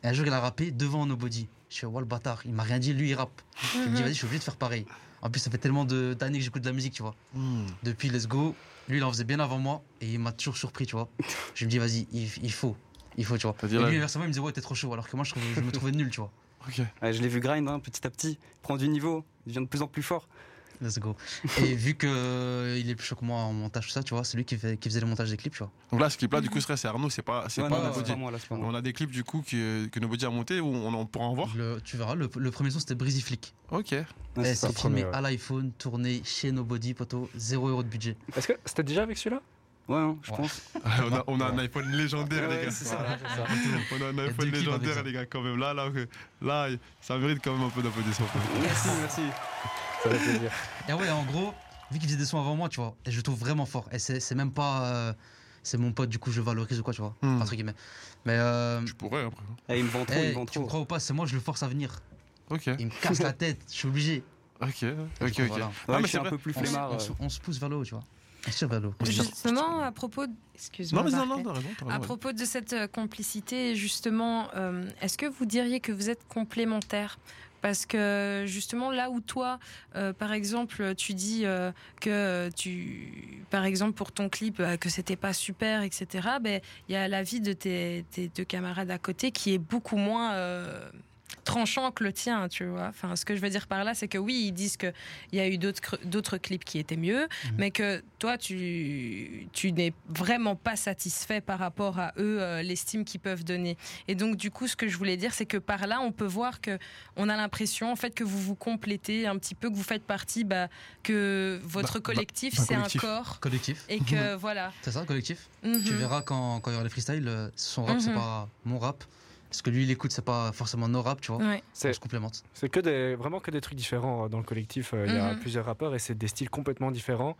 Et un jour, il a rappé devant Nobody. Je suis, ouais, le bâtard, il m'a rien dit, lui, il rappe. Je me dis, vas-y, je suis obligé de faire pareil. En plus, ça fait tellement de- d'années que j'écoute de la musique, tu vois.
Hmm.
Depuis Let's Go, lui, il en faisait bien avant moi et il m'a toujours surpris, tu vois. Je me dis, vas-y, il, il faut. il faut, tu vois. Et
C'est-à-dire,
lui,
là-
inversement, il me disait, ouais, t'es trop chaud, alors que moi, je, trouve- je me trouvais nul, tu vois.
Ok.
Ouais, je l'ai vu grind hein, petit à petit, prendre du niveau, il devient de plus en plus fort.
Let's go. Et vu que euh, il est plus chaud que moi en montage, tout ça, tu vois, c'est lui qui, fait- qui faisait le montage des clips, tu vois.
Donc là, ce clip-là, du coup, ce serait c'est Arnaud, c'est pas, c'est
Ouais,
pas
non,
un
là, c'est
Nobody.
pas moi, là, c'est pas moi.
On a des clips du coup euh, que, que Nobody a monté où on en pourra en voir.
Le- tu verras, le, le premier son, c'était Breezy Flick.
Ok.
Ouais,
Eh,
c'est ça.
c'est
le premier,
filmé
ouais.
à l'iPhone, tourné chez Nobody, poteau, 0 euro de budget.
Est-ce que c'était déjà avec celui-là
Ouais, hein, je
Ouais.
pense.
on, a, on a un iPhone légendaire,
Ah. Ouais,
les gars.
c'est ça.
Voilà. On a un
a
iPhone
deux clips avec
légendaire,
ça.
les gars, quand même. Là, là, que- là, ça mérite quand même un peu d'applaudissements.
Merci, merci.
Ça fait plaisir.
Et ouais, en gros, vu qu'il faisait des sons avant moi, tu vois, et je le trouve vraiment fort. Et c'est c'est même pas. euh, c'est mon pote, du coup, je le valorise ou quoi, tu vois.
Hmm.
Entre guillemets. Mais. euh,
Je pourrais après.
Eh, il me vend trop, il
eh,
me vend
tu me
trop.
crois ou pas, c'est moi, je le force à venir.
Ok.
Il me casse la tête, je suis obligé.
Ok.
Du
Hein Ok,
coup,
ok.
voilà.
Ah,
Ouais,
mais
je
c'est
suis un
vrai.
peu plus
On, se-
flemmard.
on
euh.
se- on se pousse vers le haut, tu vois. On se tire vers le haut.
Justement, à propos. de- Excuse-moi.
Non, mais non,
Barclay.
non, t'as raison. t'as
À
raison.
propos de cette euh, complicité, justement, euh, est-ce que vous diriez que vous êtes complémentaires parce que justement là où toi, euh, par exemple, tu dis euh, que euh, tu, par exemple pour ton clip euh, que c'était pas super, etc. Ben il y a l'avis de tes, tes deux camarades à côté qui est beaucoup moins euh, tranchant que le tien, tu vois. Enfin, ce que je veux dire par là, c'est que oui, ils disent que il y a eu d'autres cre- d'autres clips qui étaient mieux, mais que toi, tu, tu n'es vraiment pas satisfait par rapport à eux, euh, l'estime qu'ils peuvent donner. Et donc, du coup, ce que je voulais dire, c'est que par là, on peut voir que on a l'impression, en fait, que vous vous complétez un petit peu, que vous faites partie, bah, que
Bah,
votre
bah,
collectif,
d'un
c'est un
collectif.
Voilà.
corps.
Collectif.
Et que voilà.
C'est ça, collectif Tu
Mhm.
verras quand, quand il y aura les freestyles, euh, son rap, c'est
Mhm.
pas mon rap. Parce que lui, il écoute, c'est pas forcément nos rap, tu vois.
Ouais.
On
C'est
se complémente.
c'est que des, vraiment que des trucs différents euh, dans le collectif. euh, Il y a
Mhm.
plusieurs rappeurs et c'est des styles complètement différents.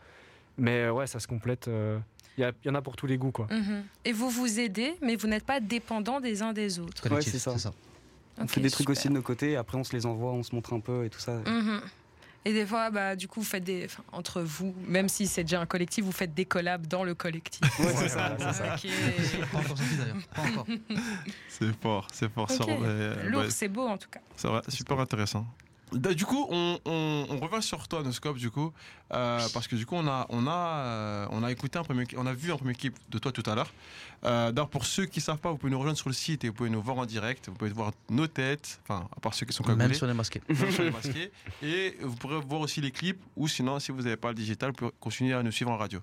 Mais euh, ouais, ça se complète. euh, Il y, a- il y en a pour tous les goûts, quoi.
Mhm. Et vous vous aidez, mais vous n'êtes pas dépendants des uns des autres.
Collectif,
c'est ça.
c'est ça.
On fait
Ok,
des trucs
super.
aussi de nos côtés, après on se les envoie, on se montre un peu et tout ça.
Mhm. Et des fois, bah, du coup, vous faites des. enfin, entre vous, même si c'est déjà un collectif, vous faites des collabs dans le collectif.
Ouais, c'est ça.
c'est ça.
Ok.
Pas encore sorti d'ailleurs. Pas encore.
C'est fort, c'est fort. ça,
Ok.
on- euh,
Lourd,
ouais,
c'est beau en tout cas.
ça va, super intéressant. Da- Bah, Du coup, on, on- on revient sur toi, Noscope, du coup, euh, parce que du coup, on a, on a, euh, on a écouté un premier, on a vu un premier clip de toi tout à l'heure. Euh, D'ailleurs, pour ceux qui savent pas, vous pouvez nous rejoindre sur le site et vous pouvez nous voir en direct. Vous pouvez voir nos têtes, enfin, à part ceux qui sont
Même
cagoulés,
sur les masqués.
même sur les masqués. Et vous pourrez voir aussi les clips, ou sinon, si vous n'avez pas le digital, vous pouvez continuer à nous suivre en radio.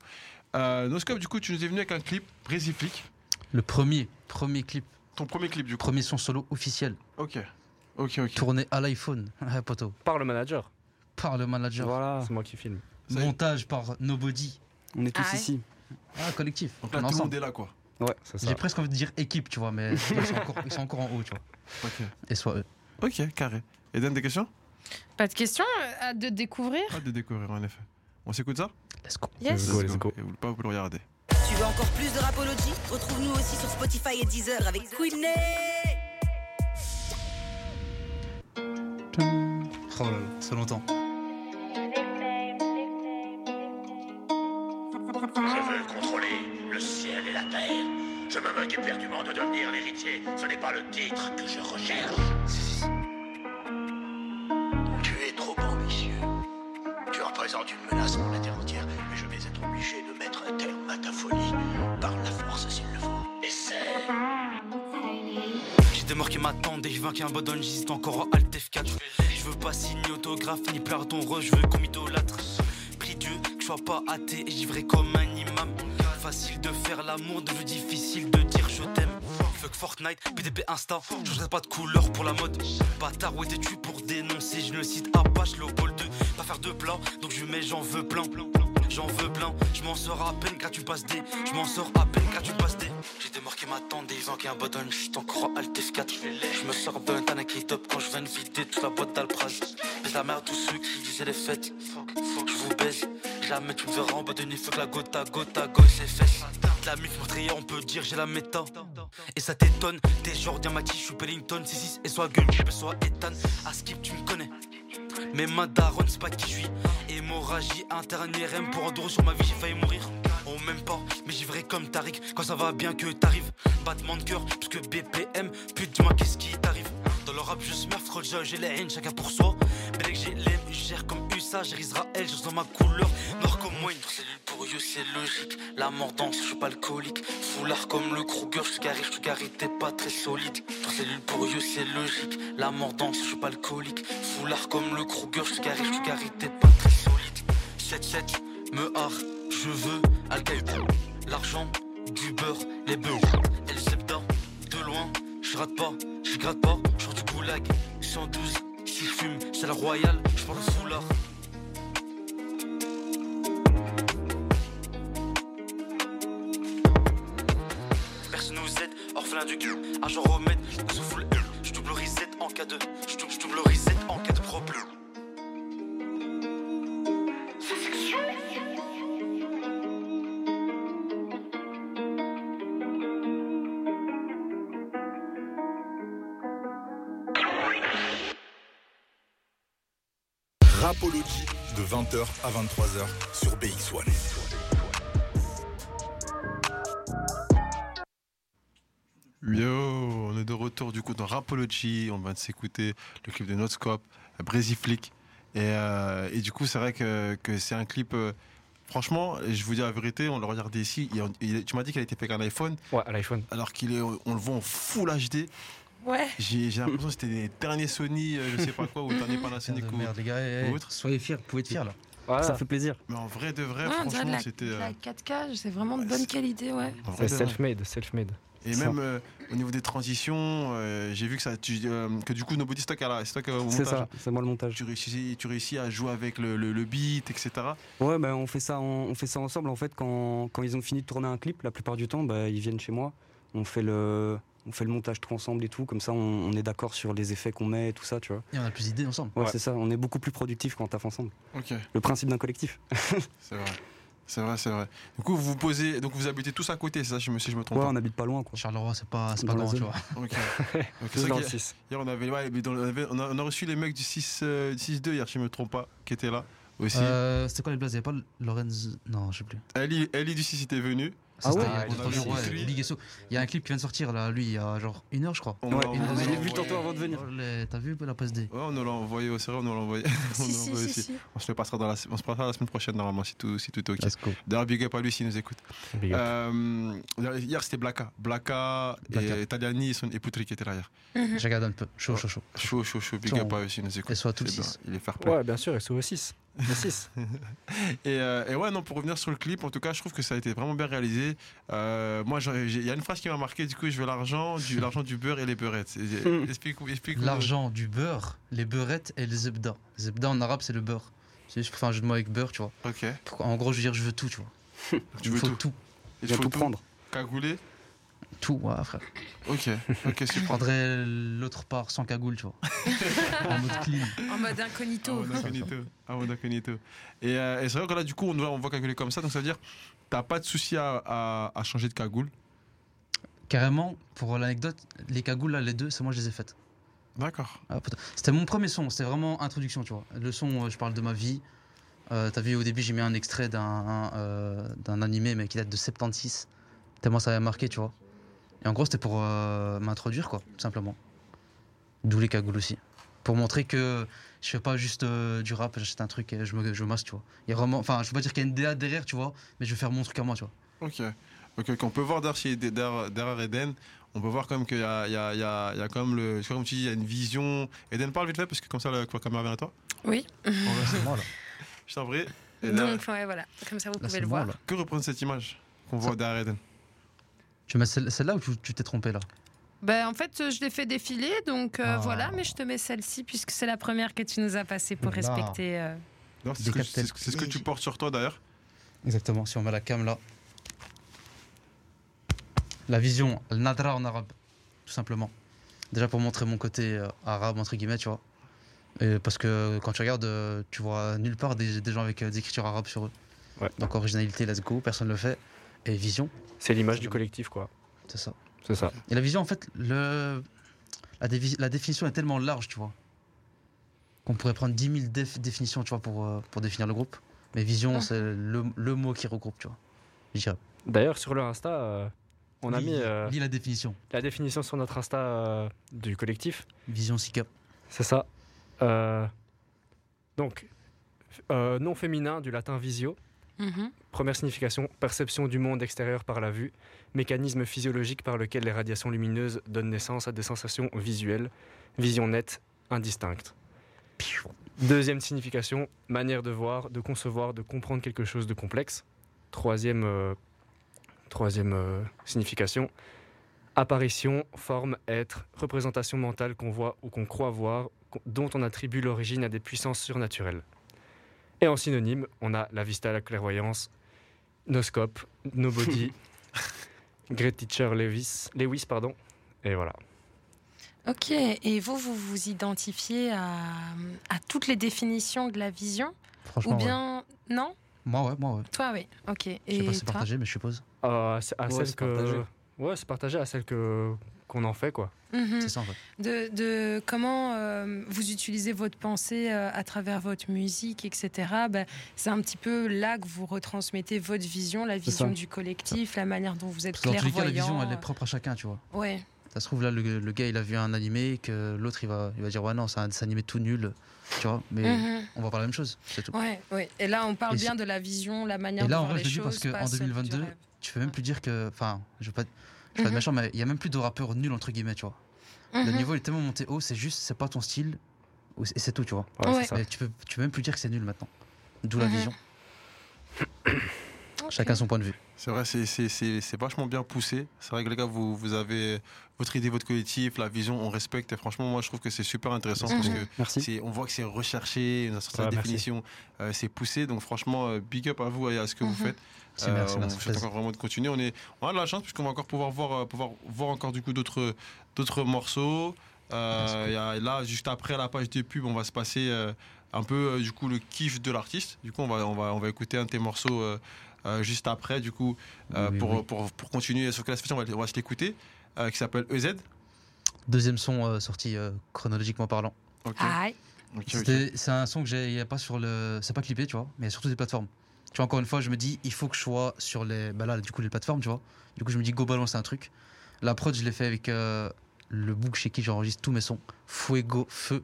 Euh, Noscope, du coup, tu nous es venu avec un clip, Brésil Flic,
Le premier, premier clip,
ton premier clip, du coup.
premier son solo officiel,
Ok, ok, ok.
tourné à l'iPhone, ah, poteau,
Par le manager.
par le manager,
Voilà,
C'est moi qui filme.
Ça y est.
montage par Nobody.
on est tous
Ah ouais.
ici.
Ah, collectif.
Donc là, tout
on est
le monde
ensemble.
est là, quoi.
C'est ça.
J'ai presque envie de dire équipe, tu vois, mais ils sont encore, ils sont encore en haut, tu vois.
Ok.
Et soit eux.
Ok, carré. Et donne des questions
Pas de question, hâte de découvrir.
Pas de découvrir, en effet. On s'écoute ça
Let's go.
Yes.
Euh,
Let's go, let's go.
Et vous, pas vous le regardez.
Tu veux encore plus de Rapology Retrouve-nous aussi sur Spotify et Deezer avec Queenie.
Oh là là, c'est longtemps.
Je veux contrôler le ciel et la terre. Je me moque éperdument de devenir l'héritier. Ce n'est pas le titre que je recherche. Tu es trop ambitieux. Tu représentes une menace pour la terre entière, mais je vais être obligé de mettre un terme à ta folie par la force s'il le faut. Essaie.
J'ai des morts qui m'attendent et je vaincu un bodon, j'hésite encore en Alt F4. Je veux pas signer autographe ni pleurer ton rush, je veux qu'on m'idolâtre. Prie Dieu que je sois pas athée et givré comme un imam. Facile de faire l'amour, devenu difficile de dire je t'aime. Fuck Fortnite, PDP Insta, changerai pas de couleur pour la mode. Bâtard, où étais-tu pour dénoncer Je ne cite Apache, Léopold 2. Pas faire de plan, donc je mets j'en veux plein. J'en veux plein, je m'en sors à peine gratuit passe des. Je m'en sors à peine gratuit passe des. J'ai des morts qui m'attendent, des qui un button, j'suis encore en Alt F4. Je me sors d'un tanaki top quand je viens de vider toute la boîte d'Alpraz. Baisse la merde tous ceux qui visaient les fêtes. Je vous baise, jamais tu me verras en bas de nuit, fuck la goutte à goutte à gauche, c'est fesses. De la mif meurtrière, on peut dire j'ai la méta. Et ça t'étonne, t'es Jordan Maki, je suis Pellington, 6-6 et soit Gun, soit Ethan. À skip, tu me connais. Mais ma daronne, c'est pas qui je suis. Hémorragie interne IRM pour endurer sur ma vie, j'ai failli mourir. Oh, même pas, mais j'ivrai comme Tariq quand ça va bien que t'arrives. Battement de cœur, parce que BPM, pute, dis-moi qu'est-ce qui t'arrive. Dans le rap, je smurf, Roger, j'ai la haine, chacun pour soi. Belek, j'ai l'aime, gère comme usage, Israël, je dans ma couleur. Noir comme moi, une cellule pour eux, c'est logique. La mordance, je suis pas alcoolique. Foulard comme le Kruger, je suis carré, je suis carré, t'es pas très solide. Ton cellule pour eux, c'est logique. La mordance, je suis pas alcoolique. Foulard comme le Kruger, je suis carré, je suis carré, t'es pas très solide. 7-7, me har, je veux Alcaïd. L'argent, du beurre, les bœufs. Et le septembre, de loin, je rate pas, je gratte pas, je sors du goulag. 112, si je fume, c'est la royale, je prends le foulard. Personne nous aide, orphelin du cul, agent remède, nous fout le hul. Je double reset en cas de, je double, je double reset en cas de problème.
Rapology de 20h à 23h sur BX1.
Yo, on est de retour du coup dans Rapology. On va s'écouter le clip de Notscope, Brésiflick. Et, euh, et du coup, c'est vrai que, que c'est un clip. euh, franchement, je vous dis la vérité, on le regarde ici. il- il- tu m'as dit qu'il a été fait avec un iPhone,
Ouais, à l'iPhone.
alors qu'il est, on le voit en full HD.
Ouais.
J'ai j'ai l'impression que c'était les derniers Sony, euh, je sais pas quoi, ou les derniers Panasonic.
Ah,
Merde,
ou-
merde, les gars, eh, eh,
Autre
soyez fiers, vous pouvez être fiers là.
Voilà.
Ça fait plaisir.
Mais en vrai de vrai,
Ouais, on dirait Ah, de
franchement,
la-
c'était.
de
euh,
La 4K, c'est vraiment de
ouais,
bonne
c'est-
qualité, ouais.
en vrai
C'est
de vrai.
self-made, self-made.
Et
Ça.
même euh, au niveau des transitions, euh, j'ai vu que ça, tu- euh, que du coup Nobody Stock, elle a- c'est toi qui as au
C'est
montage.
ça, c'est moi le montage.
Tu réussis, tu réussis à jouer avec le, le, le beat, etc.
Ouais, bah, on fait ça, en- on, fait ça ensemble en fait. Quand, quand ils ont fini de tourner un clip, la plupart du temps, bah, ils viennent chez moi. On fait le, on fait le montage tout ensemble et tout. Comme ça, on, on est d'accord sur les effets qu'on met et tout ça, tu vois.
Et on a plus d'idées ensemble.
Ouais,
Ouais.
c'est ça. On est beaucoup plus productif quand on taffe ensemble.
Ok,
Le principe d'un collectif.
c'est vrai. C'est vrai, c'est vrai. Du coup, vous vous posez, donc vous habitez tous à côté, c'est ça, je me, si je me trompe
Ouais, on habite pas loin, quoi.
Charleroi, c'est pas, c'est pas
Dans la
loin, tu
zone.
vois.
pas. Ok. Ok, c'est
Juste
vrai
dans le
qu'hier-
6.
hier, on avait, ouais, mais dans- on, avait- on a, on a reçu les mecs du 6, euh, 6-2 hier, si je me trompe pas, qui étaient là aussi.
Euh, C'était quoi les blazes Il y avait pas Lorenz. Non, je sais plus.
Ellie, Ellie du 6 était venue.
Ça,
Ah
c'était
ouais
il y a
Ah,
deux, trois
il
jours,
est
ouais,
écrit.
Big Esso. Il y a un clip qui vient de sortir là, lui, il y a genre une heure, je crois.
On
Oh,
Ouais,
l'a
il
envoyé-
l'avait vu tantôt avant de venir.
Les- T'as vu la passe D
Ouais, on nous l'a envoyé au sérieux, on nous l'a envoyé. on nous
Si,
l'a
si,
envoyé
si,
aussi.
si.
On se le passera dans la, on se passera la semaine prochaine normalement si tout, si tout est ok. D'ailleurs, big up à lui s'il nous écoute.
Big up.
Euh, hier c'était Blaka, Blaka
Blaka.
et Taliani et, son- et Poutri qui étaient là hier.
Je regarde un peu. Chaud, chaud, chaud.
Chaud, chaud, chaud, big
Tiens,
up à eux s'ils nous écoutent.
et soit tout le
C'est bien,
six.
Il est fair play.
Euh, Ouais, bien sûr, ils sont au 6. Le 6.
Et, euh, et ouais, non, pour revenir sur le clip, en tout cas, je trouve que ça a été vraiment bien réalisé. Euh, moi, j'ai- j'ai- il y a une phrase qui m'a marqué, du coup, je veux l'argent, du, l'argent du beurre et les beurrettes. Et-
Hmm.
Explique, explique.
L'argent du beurre, les beurrettes et les zebda. Zebda en arabe, c'est le beurre. C'est juste pour faire un jeu de mots avec beurre, tu vois.
Ok,
Pourquoi- En gros, je veux dire, je veux tout, tu vois.
tu
Il
veux
faut
tout.
tout.
Il
Je viens
faut
tout prendre.
Cagoulé.
Tout, ouais, frère.
Ok, ok,
Je
super.
prendrais l'autre part sans cagoule, tu vois. en mode clean.
En mode
Ah
incognito.
ouais, d'incognito. Ah ouais, d'incognito. Et, euh, et c'est vrai que là, du coup, on, voit- on voit cagouler comme ça, donc ça veut dire t'as pas de souci à, à- à changer de cagoule.
Carrément, pour l'anecdote, les cagoules, là, les deux, c'est moi, je les ai faites.
D'accord.
Ah, putain. C'était mon premier son, c'était vraiment introduction, tu vois. Le son, euh, je parle de ma vie. Euh, T'as vu, au début, j'ai mis un extrait d'un euh, d'un animé, mais qui date de 76. Tellement ça avait marqué, tu vois. Et en gros, c'était pour euh, m'introduire, quoi, tout simplement. D'où les cagoules aussi. Pour montrer que je fais pas juste euh, du rap, j'achète un truc et je me, je masse, tu vois. Il y a vraiment, enfin, je veux pas dire qu'il y a une DA derrière, tu vois, mais je vais faire mon truc à moi, tu vois.
Ok. Ok, ok. on peut voir d'ailleurs chez- derrière, derrière Eden, on peut voir quand même qu'il y a, il y, a, il y, a, il y a quand même le. je sais pas, Comme tu dis, il y a une vision. Eden, parle vite fait, parce que comme ça, la, la caméra vient à toi.
Oui.
On va-
C'est moi, là.
Je t'en prie. Eden,
Donc, ouais, voilà. Comme ça, vous
Là,
pouvez
c'est
le
moi,
voir.
là.
que reprendre cette image qu'on voit derrière Eden
Tu mets celle- celle-là ou tu tu t'es trompé, là
Ben, en fait, euh, je l'ai fait défiler, donc euh,
Oh.
voilà, mais je te mets celle-ci puisque c'est la première que tu nous as passée pour
Là.
respecter. euh,
Non, C'est ce, que-
Décapité.
c'est ce que- c'est ce que tu portes sur toi d'ailleurs.
Exactement, si on met la cam là. La vision, al nadra en arabe, tout simplement. Déjà pour montrer mon côté euh, arabe, entre guillemets, tu vois. Et parce que quand tu regardes, euh, tu vois nulle part des, des gens avec euh, des écritures arabes sur eux.
Ouais.
Donc originalité, let's go, personne ne le fait. Et vision,
C'est l'image du collectif, quoi.
c'est ça.
C'est ça.
Et la vision, en fait, le... la, dévi- la définition est tellement large, tu vois, qu'on pourrait prendre 10 000 déf- définitions, tu vois, pour, euh, pour définir le groupe. Mais vision,
Ah.
c'est le, le mot qui regroupe, tu vois. Je dirais.
D'ailleurs, sur leur Insta, euh, on a
Lis-
mis euh,
lis la définition.
la définition sur notre Insta euh, du collectif.
Vision SICA.
C'est ça. Euh, donc, euh, nom féminin du latin visio.
Mhm.
Première signification, perception du monde extérieur par la vue, mécanisme physiologique par lequel les radiations lumineuses donnent naissance à des sensations visuelles, vision nette, indistincte. Deuxième signification, manière de voir, de concevoir, de comprendre quelque chose de complexe. Troisième, euh, troisième euh, signification, apparition, forme, être, représentation mentale qu'on voit ou qu'on croit voir, qu'on- dont on attribue l'origine à des puissances surnaturelles. Et en synonyme, on a la vista, la clairvoyance, noscope, nobody, great teacher Lewis, Lewis pardon. Et voilà.
Ok, et vous, vous vous identifiez à, à toutes les définitions de la vision
Franchement,
Ou
ouais.
bien. Non
Moi, ouais, moi, ouais.
Toi, oui. Ok. Et
Je sais pas si c'est
toi
partagé, mais je suppose.
Euh, à ce- à
Ouais,
celle
c'est
que-
partagé.
Ouais, c'est partagé à celle que qu'on en fait quoi.
Mhm.
C'est ça, en fait.
de, de comment euh, vous utilisez votre pensée euh, à travers votre musique, etc. Ben, c'est un petit peu là que vous retransmettez votre vision, la
ça.
vision du collectif, la manière dont vous êtes
Parce que dans tous les cas,
clairvoyant.
la vision, elle est propre à chacun, tu vois.
Ouais.
Ça se trouve, là, le, le gars, il a vu un animé, que l'autre, il va, il va dire, ouais, non, c'est un dessin animé tout nul, tu vois, mais
Mhm.
on va voir la même chose, c'est tout.
ouais, ouais. Et là, on parle
Et
bien
c'est-
de la vision, la manière
Et
de
là, en
voir
vrai,
les
je le dis parce
choses,
que
pas
en
celle du
2022,
rêve.
Tu peux même plus dire que. Enfin, je veux pas, je veux pas être
Mhm.
méchant, mais il y a même plus de rappeurs nuls, entre guillemets, tu vois. Le
Mhm.
niveau est tellement monté haut, c'est juste, c'est pas ton style, ou c'est- et c'est tout, tu vois.
Ouais,
Ouais.
c'est ça.
Mais tu peux, tu peux même plus dire que c'est nul maintenant. D'où la
Mhm.
vision,
Ok.
chacun son point de vue.
C'est vrai, c'est- c'est- c'est c'est vachement bien poussé. C'est vrai que les gars, vous, vous avez votre idée, votre collectif, la vision, on respecte. Et franchement, moi, je trouve que c'est super intéressant
Mhm.
parce que
Merci.
c'est- on voit que c'est recherché, on a sorti
Ouais,
la
merci.
définition, euh, c'est poussé. Donc, franchement, euh, big up à vous et à ce que vous
Mhm.
faites. Euh,
C'est merci,
on
merci,
vous souhaite
plaisir.
encore vraiment de continuer. On, est, on a de la chance puisqu'on va encore pouvoir voir, euh, pouvoir voir encore du coup d'autres d'autres morceaux. Euh, il y a- là, juste après la page des pubs, on va se passer euh, un peu euh, du coup le kiff de l'artiste. Du coup, on va, on va, on va écouter un de tes morceaux euh, euh, juste après, du coup, euh,
Oui, oui,
pour,
oui.
Pour, pour continuer sur Classification, on va, on va se l'écouter, euh, qui s'appelle EZ.
Deuxième son euh, sorti euh, chronologiquement parlant.
Ok,
Aïe.
ok, ok.
Ah, C'était- C'est un son que j'ai, il y a pas sur le, c'est pas clippé, tu vois, mais il y a surtout des plateformes. Tu vois, encore une fois, je me dis, il faut que je sois sur les, bah là, du coup, les plateformes, tu vois. Du coup, je me dis, go balance un truc. La prod, je l'ai fait avec euh, le book chez qui j'enregistre tous mes sons, Fuego Feu.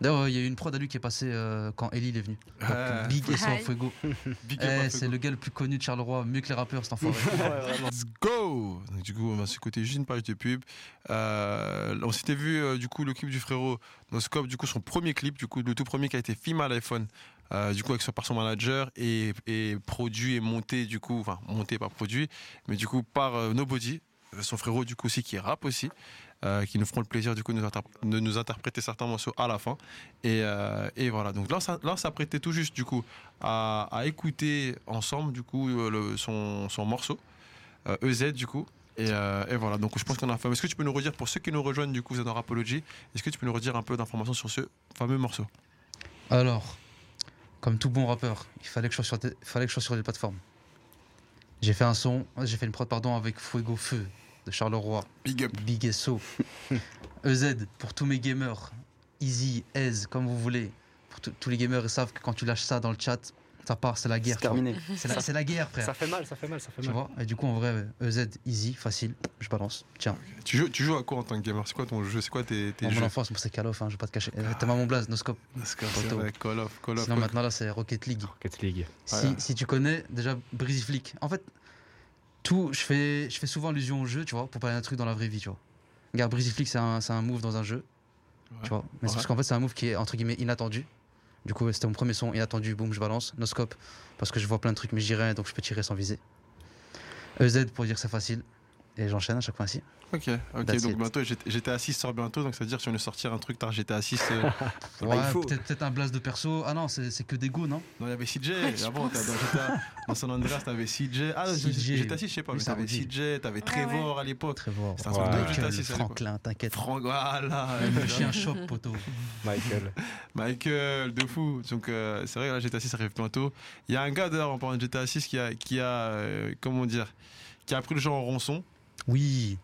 D'ailleurs, euh, il y a eu une prod à lui qui est passée euh, quand Ellie il est venue. Donc,
Ouais.
big et sans
Hi.
Fuego.
Ah. Euh, Big up
Eh,
à Fuego.
c'est le gars le plus connu de Charleroi, mieux que les rappeurs, cet enfoiré.
Let's go Donc, Du coup, on va s'écouter juste une page de pub. Euh, on s'était vu euh, du coup le clip du frérot dans Scope, du coup son premier clip, du coup le tout premier qui a été filmé à l'iPhone, euh, du coup avec son, par son manager et, et produit et monté du coup, enfin monté par produit, mais du coup par euh, Nobody, euh, son frérot du coup aussi qui rappe aussi. euh, qui nous feront le plaisir du coup de nous, interpr- de nous interpréter certains morceaux à la fin et, euh, et voilà donc là on s'a- là on s'apprêtait tout juste du coup à, à écouter ensemble du coup euh, le- son, son morceau euh, EZ du coup. Et, euh, et voilà, donc je pense qu'on a fait. Est-ce que tu peux nous redire, pour ceux qui nous rejoignent du coup, vous êtes dans Rapology, est-ce que tu peux nous redire un peu d'informations sur ce fameux morceau
Alors, comme tout bon rappeur, il fallait que je sois sur, des- fallait que je sois sur les plateformes. J'ai fait un son, j'ai fait une prod pardon avec Fuego Feu de Charleroi,
Big up.
Big SO, EZ pour tous mes gamers, Easy, Aise, comme vous voulez. Pour tous- tous les gamers, ils savent que quand tu lâches ça dans le chat, ça part, c'est la guerre. tu
C'est
vois.
terminé.
C'est la, c'est la guerre,
Ça
frère.
fait mal, ça fait mal, ça fait
Tu
mal.
vois Et du coup, en vrai, EZ, Easy, facile, je balance. Tiens,
Tu joues, tu joues à quoi en tant que gamer C'est quoi ton jeu Ah. C'est quoi tes, tes
en mon
jeux
enfance, moi, c'est Call of, hein, je vais pas te cacher. Euh, T'as pas mon blaze, no scope.
Parce que c'est
Photo.
vrai, Call of, Call of.
Sinon, maintenant, là, c'est Rocket League.
Rocket League.
Si,
Voilà.
si tu connais déjà Breezy Flick, en fait, tout, je fais, je fais souvent allusion au jeu, tu vois, pour parler d'un truc dans la vraie vie, tu vois. Regarde, Breezy Flick, c'est un, c'est un move dans un jeu,
Ouais.
tu vois. Mais
Ouais.
c'est parce qu'en fait, c'est un move qui est entre guillemets inattendu. Du coup, c'était mon premier son inattendu, boum, je balance, no scope, parce que je vois plein de trucs, mais j'y rien, donc je peux tirer sans viser. EZ pour dire que c'est facile, et j'enchaîne à chaque fois ainsi.
Ok, ok,
That's
donc
it.
bientôt j'étais GTA 6 sort bientôt, donc ça veut dire que tu vas nous sortir un truc tard GTA 6. euh,
Ah,
Ouais,
il faut.
peut-être peut-être un blast de perso. Ah non, c'est c'est que des goûts, non
non, il y avait CJ,
je
avant, t'as- dans, GTA, dans San Andreas, t'avais CJ. Ah,
CJ,
GTA 6, je sais pas,
oui,
mais
c'est un
t'avais
OG.
CJ, t'avais Trevor à l'époque.
Très fort.
C'est un truc
Ouais.
de
Michael,
GTA 6 à l'époque.
Franklin, t'inquiète.
Franck, voilà.
Le
évidemment.
chien chope, poteau.
Michael.
Michael, de fou. Donc euh, c'est vrai que là GTA 6 arrive bientôt. Il y a un gars d'ailleurs en parlant de GTA 6 qui a, qui a euh, comment dire, qui a pris le genre en ronçon.
Oui,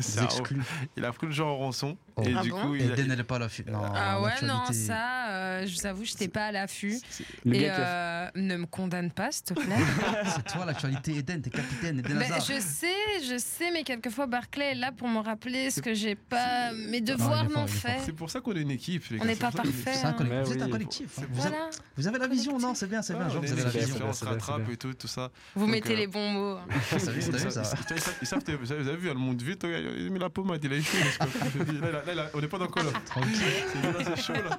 C'est un-
exclus.
Il a pris le genre en ronçon. Et
Ah
du
bon
coup, il a-
Eden, elle est pas à l'affût. Non,
Ah ouais, non,
l'actualité-
ça, euh, je vous avoue, j'étais pas à l'affût.
Le
Et
gars qui a-
euh, ne me condamne pas, s'il te plaît.
C'est toi l'actualité, Eden, t'es capitaine, Eden
Ben,
Hazard.
je sais, je sais, mais quelquefois Barclay est là pour me rappeler ce que j'ai pas. euh, Mes devoirs
Ah il est fort,
non
il est fort.
faits.
c'est pour ça qu'on est une équipe. les
On
gars,
n'est
c'est
pas
pour ça qu'on est-
parfait.
C'est un collectif.
Mais
Vous êtes un
oui.
collectif. hein. Vous, avez,
hein. Voilà,
vous avez la vision, non C'est bien, c'est bien.
Ouais,
Genre,
Ah, on est
vous avez la
une équipe,
vision.
on
C'est
se
bien,
rattrape
c'est bien.
et tout, tout ça.
vous
Donc,
mettez
euh,
les bons mots. hein.
T'as vu,
Ils
t'as vu ça
savent- ils savent- ils savent que- vous avez vous avez vu, hein, le monde vite, regarde, il a mis la paume, il a eu chaud. parce que- Là, là, là, là, on n'est pas dans quoi là
Tranquille.
C'est là, c'est chaud là.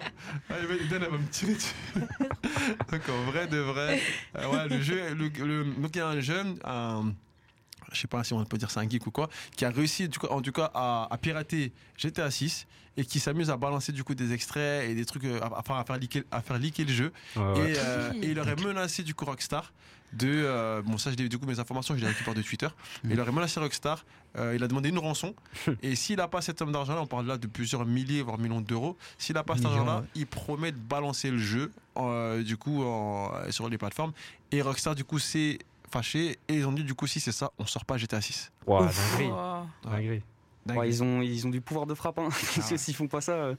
Allez, vas-y, Dan, elle va me tirer dessus. Donc en vrai de vrai, euh, ouais, le jeu, le, le- donc il y a un jeune, un, je sais pas si on peut dire c'est un geek ou quoi, qui a réussi du coup, en tout cas à, à pirater GTA 6 et qui s'amuse à balancer du coup des extraits et des trucs, euh, à, à faire- à faire liquer, à faire liquer le jeu.
Ouais, ouais.
Et, euh, et il aurait menacé du coup Rockstar de. euh, bon, ça, je l'ai- du coup, mes informations, je les récupère de Twitter. Mais il aurait menacé Rockstar. euh, il a demandé une rançon. et s'il n'a pas cette somme d'argent-là, on parle là de plusieurs milliers, voire millions d'euros. S'il n'a pas cet
Millions,
argent-là,
ouais.
il promet de balancer le jeu, euh, du coup, en- euh, sur les plateformes. Et Rockstar, du coup, s'est fâché. Et ils ont dit, du coup, si c'est ça, on sort pas GTA 6.
Ouah,
Ouf.
dinguerie.
Oh.
Dinguerie.
Dingue.
Ouais, ils, ont, ils ont du pouvoir de frappe. Hein. Parce que s'ils font pas ça, euh,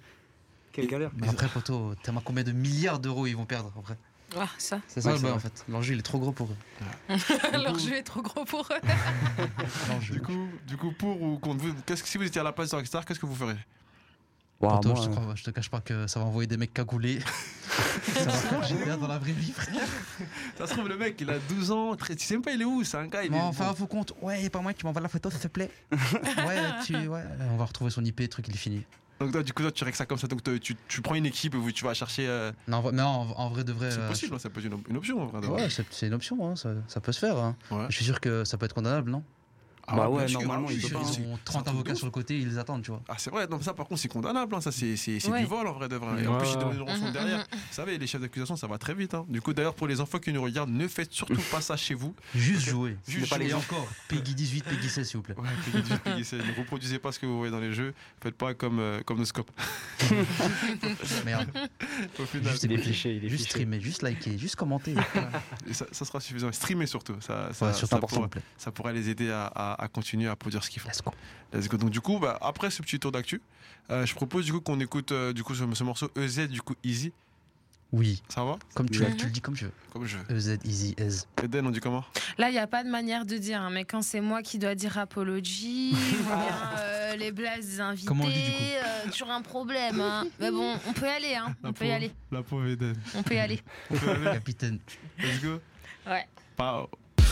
quelle galère.
Mais après, poteau, t'as combien de milliards d'euros ils vont perdre après
Ah, ça.
C'est ça
Ouais,
le
c'est
bail en
vrai.
fait. L'enjeu, il est trop gros pour eux.
Leur jeu est trop gros pour eux.
L'enjeu.
Du coup, du coup, pour ou contre vous, qu'est-ce que si vous étiez à la place de Rockstar, qu'est-ce que vous feriez
Ouah,
Poteau,
moi,
je, te,
euh,
crois- je te cache pas que ça va envoyer des mecs cagoulés. ça va faire GTA dans la vraie vie, frère.
Ça se trouve, le mec, il a 12 ans, très- tu sais même pas, il est où C'est un gars, il est.
Bon, enfin, faux compte. Ouais, y a pas moyen que tu m'envoies la photo, s'il te plaît. ouais, tu. Ouais, on va retrouver son IP, truc, il est fini.
Donc toi, du coup, toi, tu règles ça comme ça. Donc te- tu, tu prends une équipe et vous- tu vas chercher. euh,
Non, en vrai- mais non, en, en vrai de vrai.
C'est
euh,
possible, hein, ça peut être une, op- une option en vrai.
je-
de vrai.
Ouais, c'est c'est une option, hein, ça, ça peut se faire. hein.
Ah bah Ouais.
Je suis sûr que ça peut être condamnable, non
Ah
Bah ouais,
bien sûr,
normalement,
ah oui,
il peut
c'est-
pas, hein.
c'est-
Ils ont 30
truc de
avocats
ouf.
sur le côté, ils les attendent, tu vois.
Ah c'est vrai, non, mais ça par contre c'est condamnable, hein, ça c'est c'est- c'est
Ouais.
du vol en vrai de vrai. Et en
Ouais.
plus ils donnent une rançon
Mhm,
derrière.
mhm.
Vous savez, les chefs d'accusation ça va très vite. hein. Du coup d'ailleurs pour les enfants qui nous regardent, ne faites surtout pas ça chez vous.
Juste jouer.
Juste
Et
pas les gens.
encore, Peggy 18, Peggy 16, s'il vous plaît.
Ouais, Peggy 18, Peggy 16, ne reproduisez pas ce que vous voyez dans les jeux, faites pas comme, euh, comme nos scopes.
Merde.
Au final,
Juste,
il est
écouter,
fiché, il est
juste
fiché.
streamer, juste liker, juste commenter.
et ça, ça sera suffisant. Et Streamer surtout, ça, ça,
Ouais,
ça,
surtout important, s'il vous
pourra-
plaît.
ça pourrait les aider à, à- à continuer à produire ce qu'ils font.
Let's go.
Let's go. Donc du coup, bah, après ce petit tour d'actu, euh, je propose du coup qu'on écoute euh, du coup ce, ce morceau EZ du coup Easy.
Oui,
Ça va
comme tu, veux,
Mhm.
tu le dis comme tu veux. E
Comme je veux.
EZ, Easy, Ez.
Eden, on dit comment
Là, il n'y a pas de manière de dire, hein, mais quand c'est moi qui dois dire apologie, ou bien euh, les blases des invités,
Ah. Comment on dit, du coup
euh, toujours un problème. hein. Mais bon, on peut y aller, hein. on peut y aller,
La pauvre Eden.
on peut y aller.
On peut aller.
Capitaine.
Let's go.
Ouais.
Pow.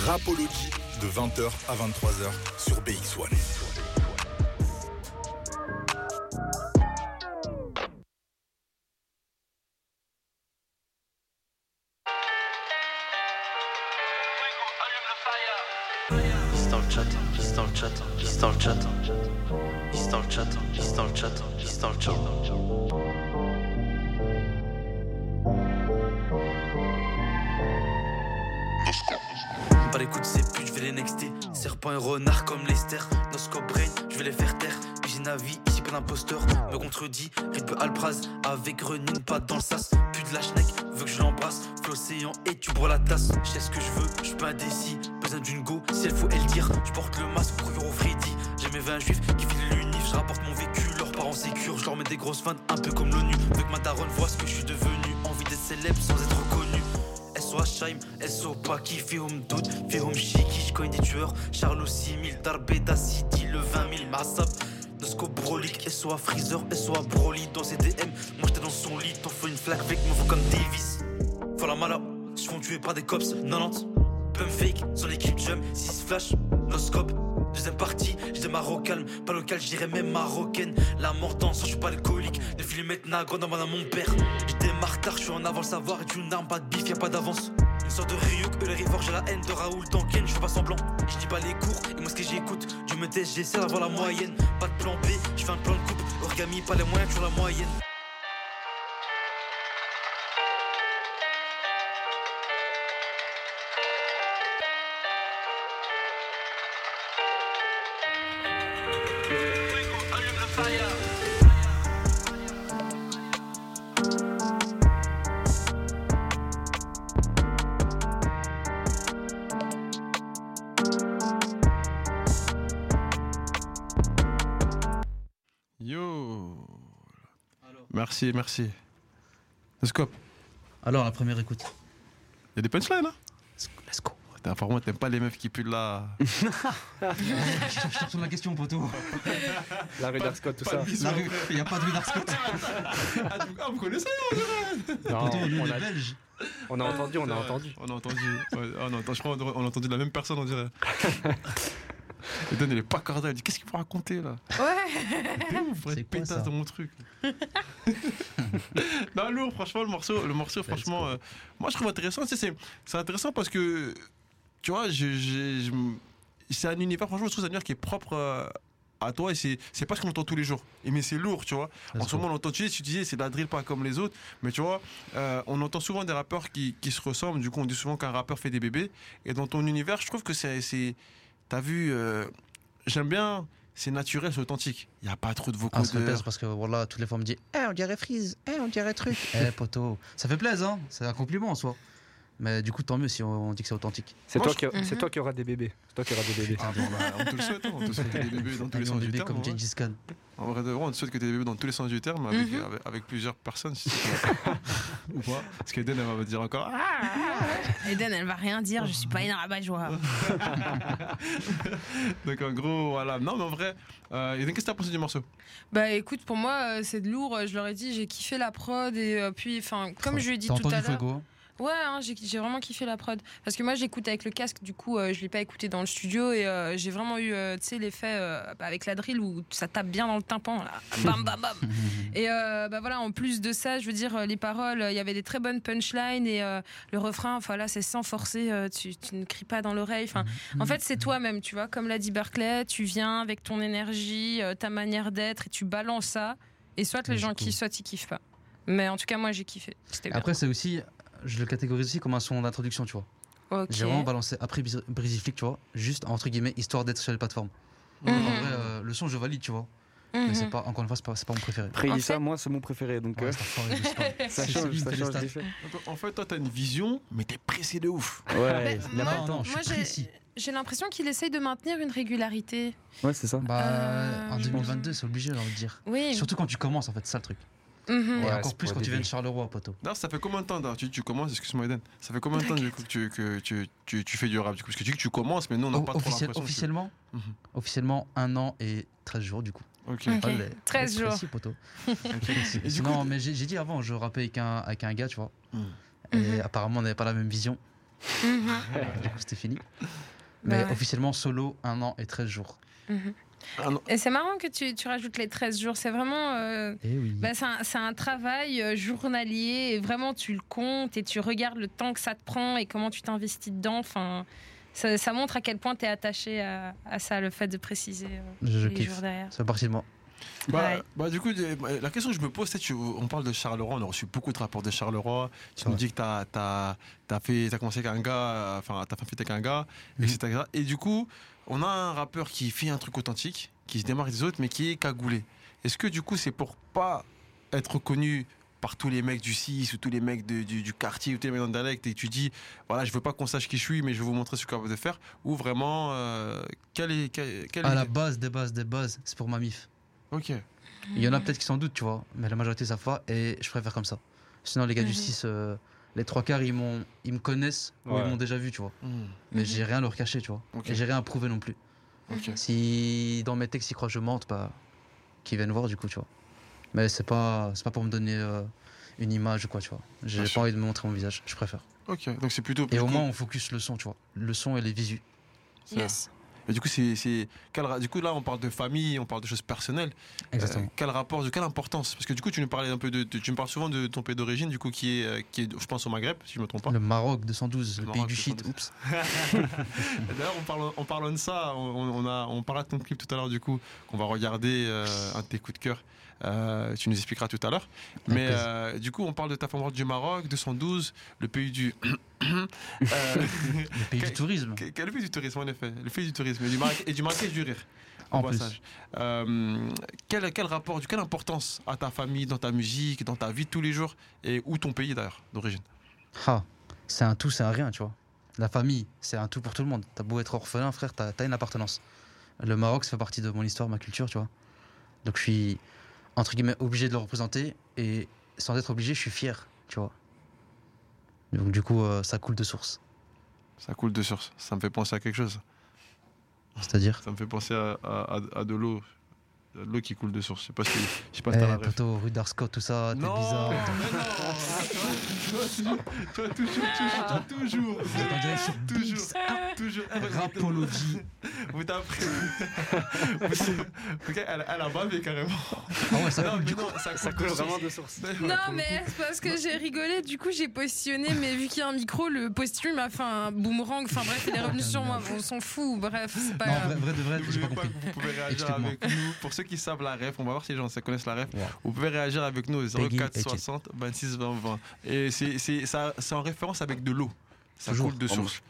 Rapology de 20h à 23h sur BX1.
He's dans le chat, he's dans le chat, he's dans le chat. He's dans le chat, he's dans le chat, he's dans le chat. Bah écoute ces putes, je vais les nexter. Serpent et renard comme Lester. Nosco brain, je vais les faire taire. Ginavi, ici pas d'imposteur. Me contredit, rythme Alpraz. Avec Renin, pas dans le sas. Pute de la schneck, veux que je l'embrasse. Fais l'océan et tu bois la tasse. Je sais ce que je veux, je suis pas indécis. Besoin d'une go, si elle faut, elle dire. Je porte le masque pour vivre au Freddy. J'ai mes 20 juifs qui filent l'unif. Je rapporte mon vécu, leurs parents sécure. Je leur mets des grosses fans, un peu comme l'ONU. Veux que ma daronne voit ce que je suis devenu. Envie d'être célèbre sans être reconnu. SO Hachaim, SO Paki, Fihom Doud, Fihom Shiki, je connais des tueurs, Charlot 6000, Darbeda City, le 20 000, Massap, Nosco Brolic, SO Freezer, SO Broly, dans ses DM, moi j'étais dans son lit, t'en fais une flaque avec, me faut comme Davis. Voilà mala, je font tuer par des cops, 90, Pump Fake, son équipe Jump, 6 Flash, Noscope, deuxième partie, je démarre au calme, pas local, j'irai même marocaine, la mort dans ça, je suis pas alcoolique, ne filez maintenant, grande amende à mon père. Je démarre tard, je suis en avant le savoir et tu n'armes pas de bif, y a pas d'avance. Une sorte de Ryuk, le Rivor, j'ai la haine de Raoul Tanken, je fais pas semblant. Je dis pas les cours, et moi ce que j'écoute, je me teste, j'essaie d'avoir la moyenne. Pas de plan B, je fais un plan de coupe, origami, pas les moyens, toujours la moyenne.
Yo. Merci, merci. Le scope,
Alors, la première écoute.
il y a des punchlines, hein
Let's go.
Putain, Par contre, t'aimes pas les meufs qui puent là.
je te retourne la question, poteau.
La rue d'Arscott, tout
Pas
ça.
de bisous.
La rue, il n'y a pas de rue d'Arscott.
Ah, du coup, ah, vous connaissez
Non,
Poteau, nous, Oh, on
on,
est
a,
belges.
on a entendu, on a entendu.
Euh, On a entendu. Ouais, ah non, attends, je crois qu'on on a entendu la même personne, on dirait. Et Dan, il est pas cordial. Il dit Qu'est-ce qu'il faut raconter là
Ouais.
Pour
C'est
être
quoi, ça
pétasse dans mon truc. non, lourd, franchement, le morceau, le morceau franchement, euh, moi je trouve intéressant. Tu sais, C'est c'est intéressant parce que, tu vois, je- je- je m- c'est un univers, franchement, je trouve c'est un univers qui est propre euh, à toi et c'est c'est pas ce qu'on entend tous les jours. Et mais c'est lourd, tu vois. En
Let's
ce
go.
moment, on entend, tu, sais, tu disais, c'est de la drill pas comme les autres, mais tu vois, euh, on entend souvent des rappeurs qui, qui se ressemblent. Du coup, on dit souvent qu'un rappeur fait des bébés. Et dans ton univers, je trouve que c'est. c'est- T'as vu, euh, j'aime bien, c'est naturel, c'est authentique. Il n'y a pas trop de vocaux
Ah, ça fait
de.
plaisir parce que voilà, toutes les femmes disent Eh, on dirait Freeze, eh, on dirait truc. Eh, poteau. Ça fait plaisir, hein. C'est un compliment en soi. Mais du coup, tant mieux si on on dit que c'est authentique.
C'est
Moi,
toi,
je-
qui- c'est
Mhm.
toi qui auras des bébés. C'est toi qui auras des bébés.
Ah, bon, bah, on te le souhaite, hein, on te souhaite des bébés dans tous les
Un
sens du
bébé
terme.
comme
ouais.
Gengis Khan.
En vrai de vrai, on te souhaite que tu aies des bébés dans tous les sens du terme, avec,
Mhm.
avec, avec plusieurs personnes. si c'est Ou pas. Parce qu'Eden, elle va me dire encore. Ah,
Eden, elle va rien dire, je suis pas une rabat-joie.
Donc en gros, voilà. Non, mais en vrai, euh, Eden, qu'est-ce que t'as pensé du morceau
Bah écoute, pour moi, euh, c'est de lourd. euh, Je leur ai dit, j'ai kiffé la prod et euh, puis, enfin, comme je lui ai dit
T'as
tout à
entendu
l'heure.
Fuego hein
Ouais, hein, j'ai j'ai vraiment kiffé la prod. Parce que moi, j'écoute avec le casque, du coup, euh, je l'ai pas écouté dans le studio et euh, j'ai vraiment eu, euh, tu sais, l'effet euh, bah, avec la drill où ça tape bien dans le tympan, là. Bam, bam, bam. et euh, bah voilà, en plus de ça, je veux dire, euh, les paroles, euh, il y avait des très bonnes punchlines et euh, le refrain, enfin là, c'est sans forcer, euh, tu, tu ne cries pas dans l'oreille. Enfin,
Mm.
en fait, c'est toi-même, tu vois. Comme l'a dit Berkeley, tu viens avec ton énergie, euh, ta manière d'être et tu balances ça. Et soit les
Mais du
gens
coup-
qui soit ils kiffent pas. Mais en tout cas, moi, j'ai kiffé. C'était bien.
Après, c'est aussi, je le catégorise aussi comme un son d'introduction, tu vois.
Ok. Mhm.
J'ai vraiment balancé après Bri- Breezy Flick, tu vois, juste entre guillemets, histoire d'être sur les plateformes.
Mhm.
En vrai, euh, le son, je valide, tu vois. Mais c'est
Mhm.
pas, encore une fois, c'est pas, c'est pas mon préféré.
Après, il
En
dit ça,
fait-
moi, c'est mon préféré. Donc,
Ouais, c'est
euh,
enfoiré, je sais pas.
ça
c'est
change,
lui qui
ça
fait les
change
stats.
d'effet.
Donc, En fait, toi, t'as une vision, mais t'es pressé de ouf.
Ouais,
Bah,
il a
moi-
pas le temps.
je suis
Moi, j'ai,
précis.
j'ai l'impression qu'il essaye de maintenir une régularité.
Ouais, c'est ça.
Bah,
Euh,
en
je
2022, c'est obligé, j'ai envie de dire.
Oui.
Surtout quand tu commences, en fait, c'est ça le truc.
Mhm.
Et
Ouais,
encore
c'est
plus
pour
quand
le
tu viens de
début.
Charleroi, poteau.
D'ailleurs, ça fait combien de temps d'ailleurs, tu, tu commences, excuse-moi Eden, ça fait combien de temps du coup, que, tu, que tu, tu, tu fais du rap du coup Parce que tu dis que tu commences, mais nous on n'a
O-
pas
officiel-
trop l'impression.
officiellement,
Mhm.
officiellement, un an et 13 jours, du coup.
que- Ok.
Ok.
Allez,
13
allez,
jours.
précis, poteau.
Et du
non,
coup,
mais j'ai j'ai dit avant, je rappais avec un, avec un gars, tu vois.
Mhm.
Et
Mhm.
apparemment, on n'avait pas la même vision.
Mhm.
Du coup, c'était fini.
Bah
Mais
ouais.
officiellement, solo, un an et 13 jours.
Mhm.
Ah non.
Et c'est marrant que tu, tu rajoutes les 13 jours. C'est vraiment. euh,
Et Eh oui.
bah, c'est, un, c'est un travail euh, journalier. Et vraiment, tu le comptes et tu regardes le temps que ça te prend et comment tu t'investis dedans. Enfin, ça, ça montre à quel point tu es attaché à, à ça, le fait de préciser euh,
je
les
kiffe.
jours derrière.
Ça fait partie de moi.
bah,
Ouais.
bah, du coup, euh, la question que je me pose, c'est tu- euh, on parle de Charleroi, on a reçu beaucoup de rapports de Charleroi. Tu
C'est
nous
vrai.
dis que t'as as, fait, as commencé avec un gars, euh, enfin t'as fait un feat avec un gars,
Mhm.
etc. Et du coup, on a un rappeur qui fait un truc authentique, qui se démarque des autres, mais qui est cagoulé. Est-ce que du coup, c'est pour pas être connu par tous les mecs du 6 ou tous les mecs de- du, du quartier ou tous les mecs d'Anderlecht et tu dis voilà je veux pas qu'on sache qui je suis mais je vais vous montrer ce que je suis capable de faire ou vraiment euh, quel est quel, quel
À
est-
la base des bases des bases, c'est pour ma mif.
ok
Il y
Mhm.
en a peut-être qui s'en doutent, tu vois, mais la majorité savent pas et je préfère comme ça. Sinon, les gars
Mhm.
du 6, euh, les trois quarts, ils, m'ont- ils me connaissent ou
Ouais.
ils m'ont déjà vu, tu vois.
Hmm.
Mais
Mhm.
j'ai rien à leur cacher, tu vois.
Ok.
Et j'ai rien à prouver non plus.
Ok.
Si dans mes textes ils croient que je mente, bah, qu'ils viennent voir du coup, tu vois. Mais c'est pas, c'est pas pour me donner euh, une image ou quoi, tu vois. J'ai
Bien
pas
sûr.
envie de me montrer mon visage, je préfère.
Ok, donc c'est plutôt.
Et au
du coup,
moins on focus le son, tu vois. Le son et les visus.
ça. Et du coup, c'est, c'est- quel ra- du coup, là, on parle de famille, on parle de choses personnelles. Euh, quel rapport, de quelle importance Parce que du coup, tu nous parlais un peu de, de- tu me parles souvent de ton pays d'origine, du coup, qui est, euh, qui est, je pense, au Maghreb, si je me trompe pas.
Euh, le Maroc 212, le,
Le
pays
Maroc
du shit,
212.
oups.
D'ailleurs, on parle, en parlant de ça, on, on a, on parlera de ton clip tout à l'heure, du coup, qu'on va regarder euh, un de tes coups de cœur. Euh, tu nous expliqueras tout à l'heure.
Avec
Mais
plaisir.
euh, du coup, on parle de ta femme du Maroc, 212, le pays du. Euh,
Le pays du
quel-
tourisme,
quel quel est le pays du tourisme, en effet Le pays du tourisme et du Maroc et du Marrakech du rire.
en
Au
plus.
passage. Euh, quel, quel rapport, quelle importance à ta famille, dans ta musique, dans ta vie de tous les jours et où ton pays d'ailleurs d'origine
Ah, c'est un tout, c'est un rien, tu vois. La famille, c'est un tout pour tout le monde. T'as beau être orphelin, frère, t'as t'as une appartenance. Le Maroc, ça fait partie de mon histoire, ma culture, tu vois. Donc je suis entre guillemets, obligé de le représenter. Et sans être obligé, je suis fier, tu vois. Donc, du coup, euh, ça coule de source.
Ça coule de source. Ça me fait penser à quelque chose.
C'est-à-dire.
Ça me fait penser à, à- à- à de l'eau. À de l'eau qui coule de source. Je sais pas si, je sais pas si t'as la
Eh,
ref.
poteau, rue d'Arscott, tout ça, t'es
Non,
bizarre. Ah
mais non Toi, tu- toi, toujours, tu-
Vous êtes en direct sur
tu- toujours, toujours, toujours, toujours.
Rapologie.
Vous tapez. Vous- Ok, elle, elle a bavé carrément.
Ah ouais, ça
Non,
coule,
mais
du coup.
non, ça coule,
Ça coule
de
vraiment
source.
de source.
Non, mais c'est parce que j'ai rigolé, du coup j'ai positionné, mais vu qu'il y a un micro, le posthume a fait un boomerang. Enfin bref, il est revenu sur moi, on s'en fout, bref, c'est pas
Non,
grave.
vrai, vrai de vrai, j'ai
N'oubliez
pas
pas
compris.
que vous pouvez réagir
Explique-moi.
avec nous. Pour ceux qui savent la ref, on va voir si les gens connaissent la ref.
Ouais.
Vous pouvez réagir avec nous au
Peggy
04
Etchit.
60 26 20 20. Et c'est c'est- ça- c'est en référence avec de l'eau. Ça
Toujours.
coule de source.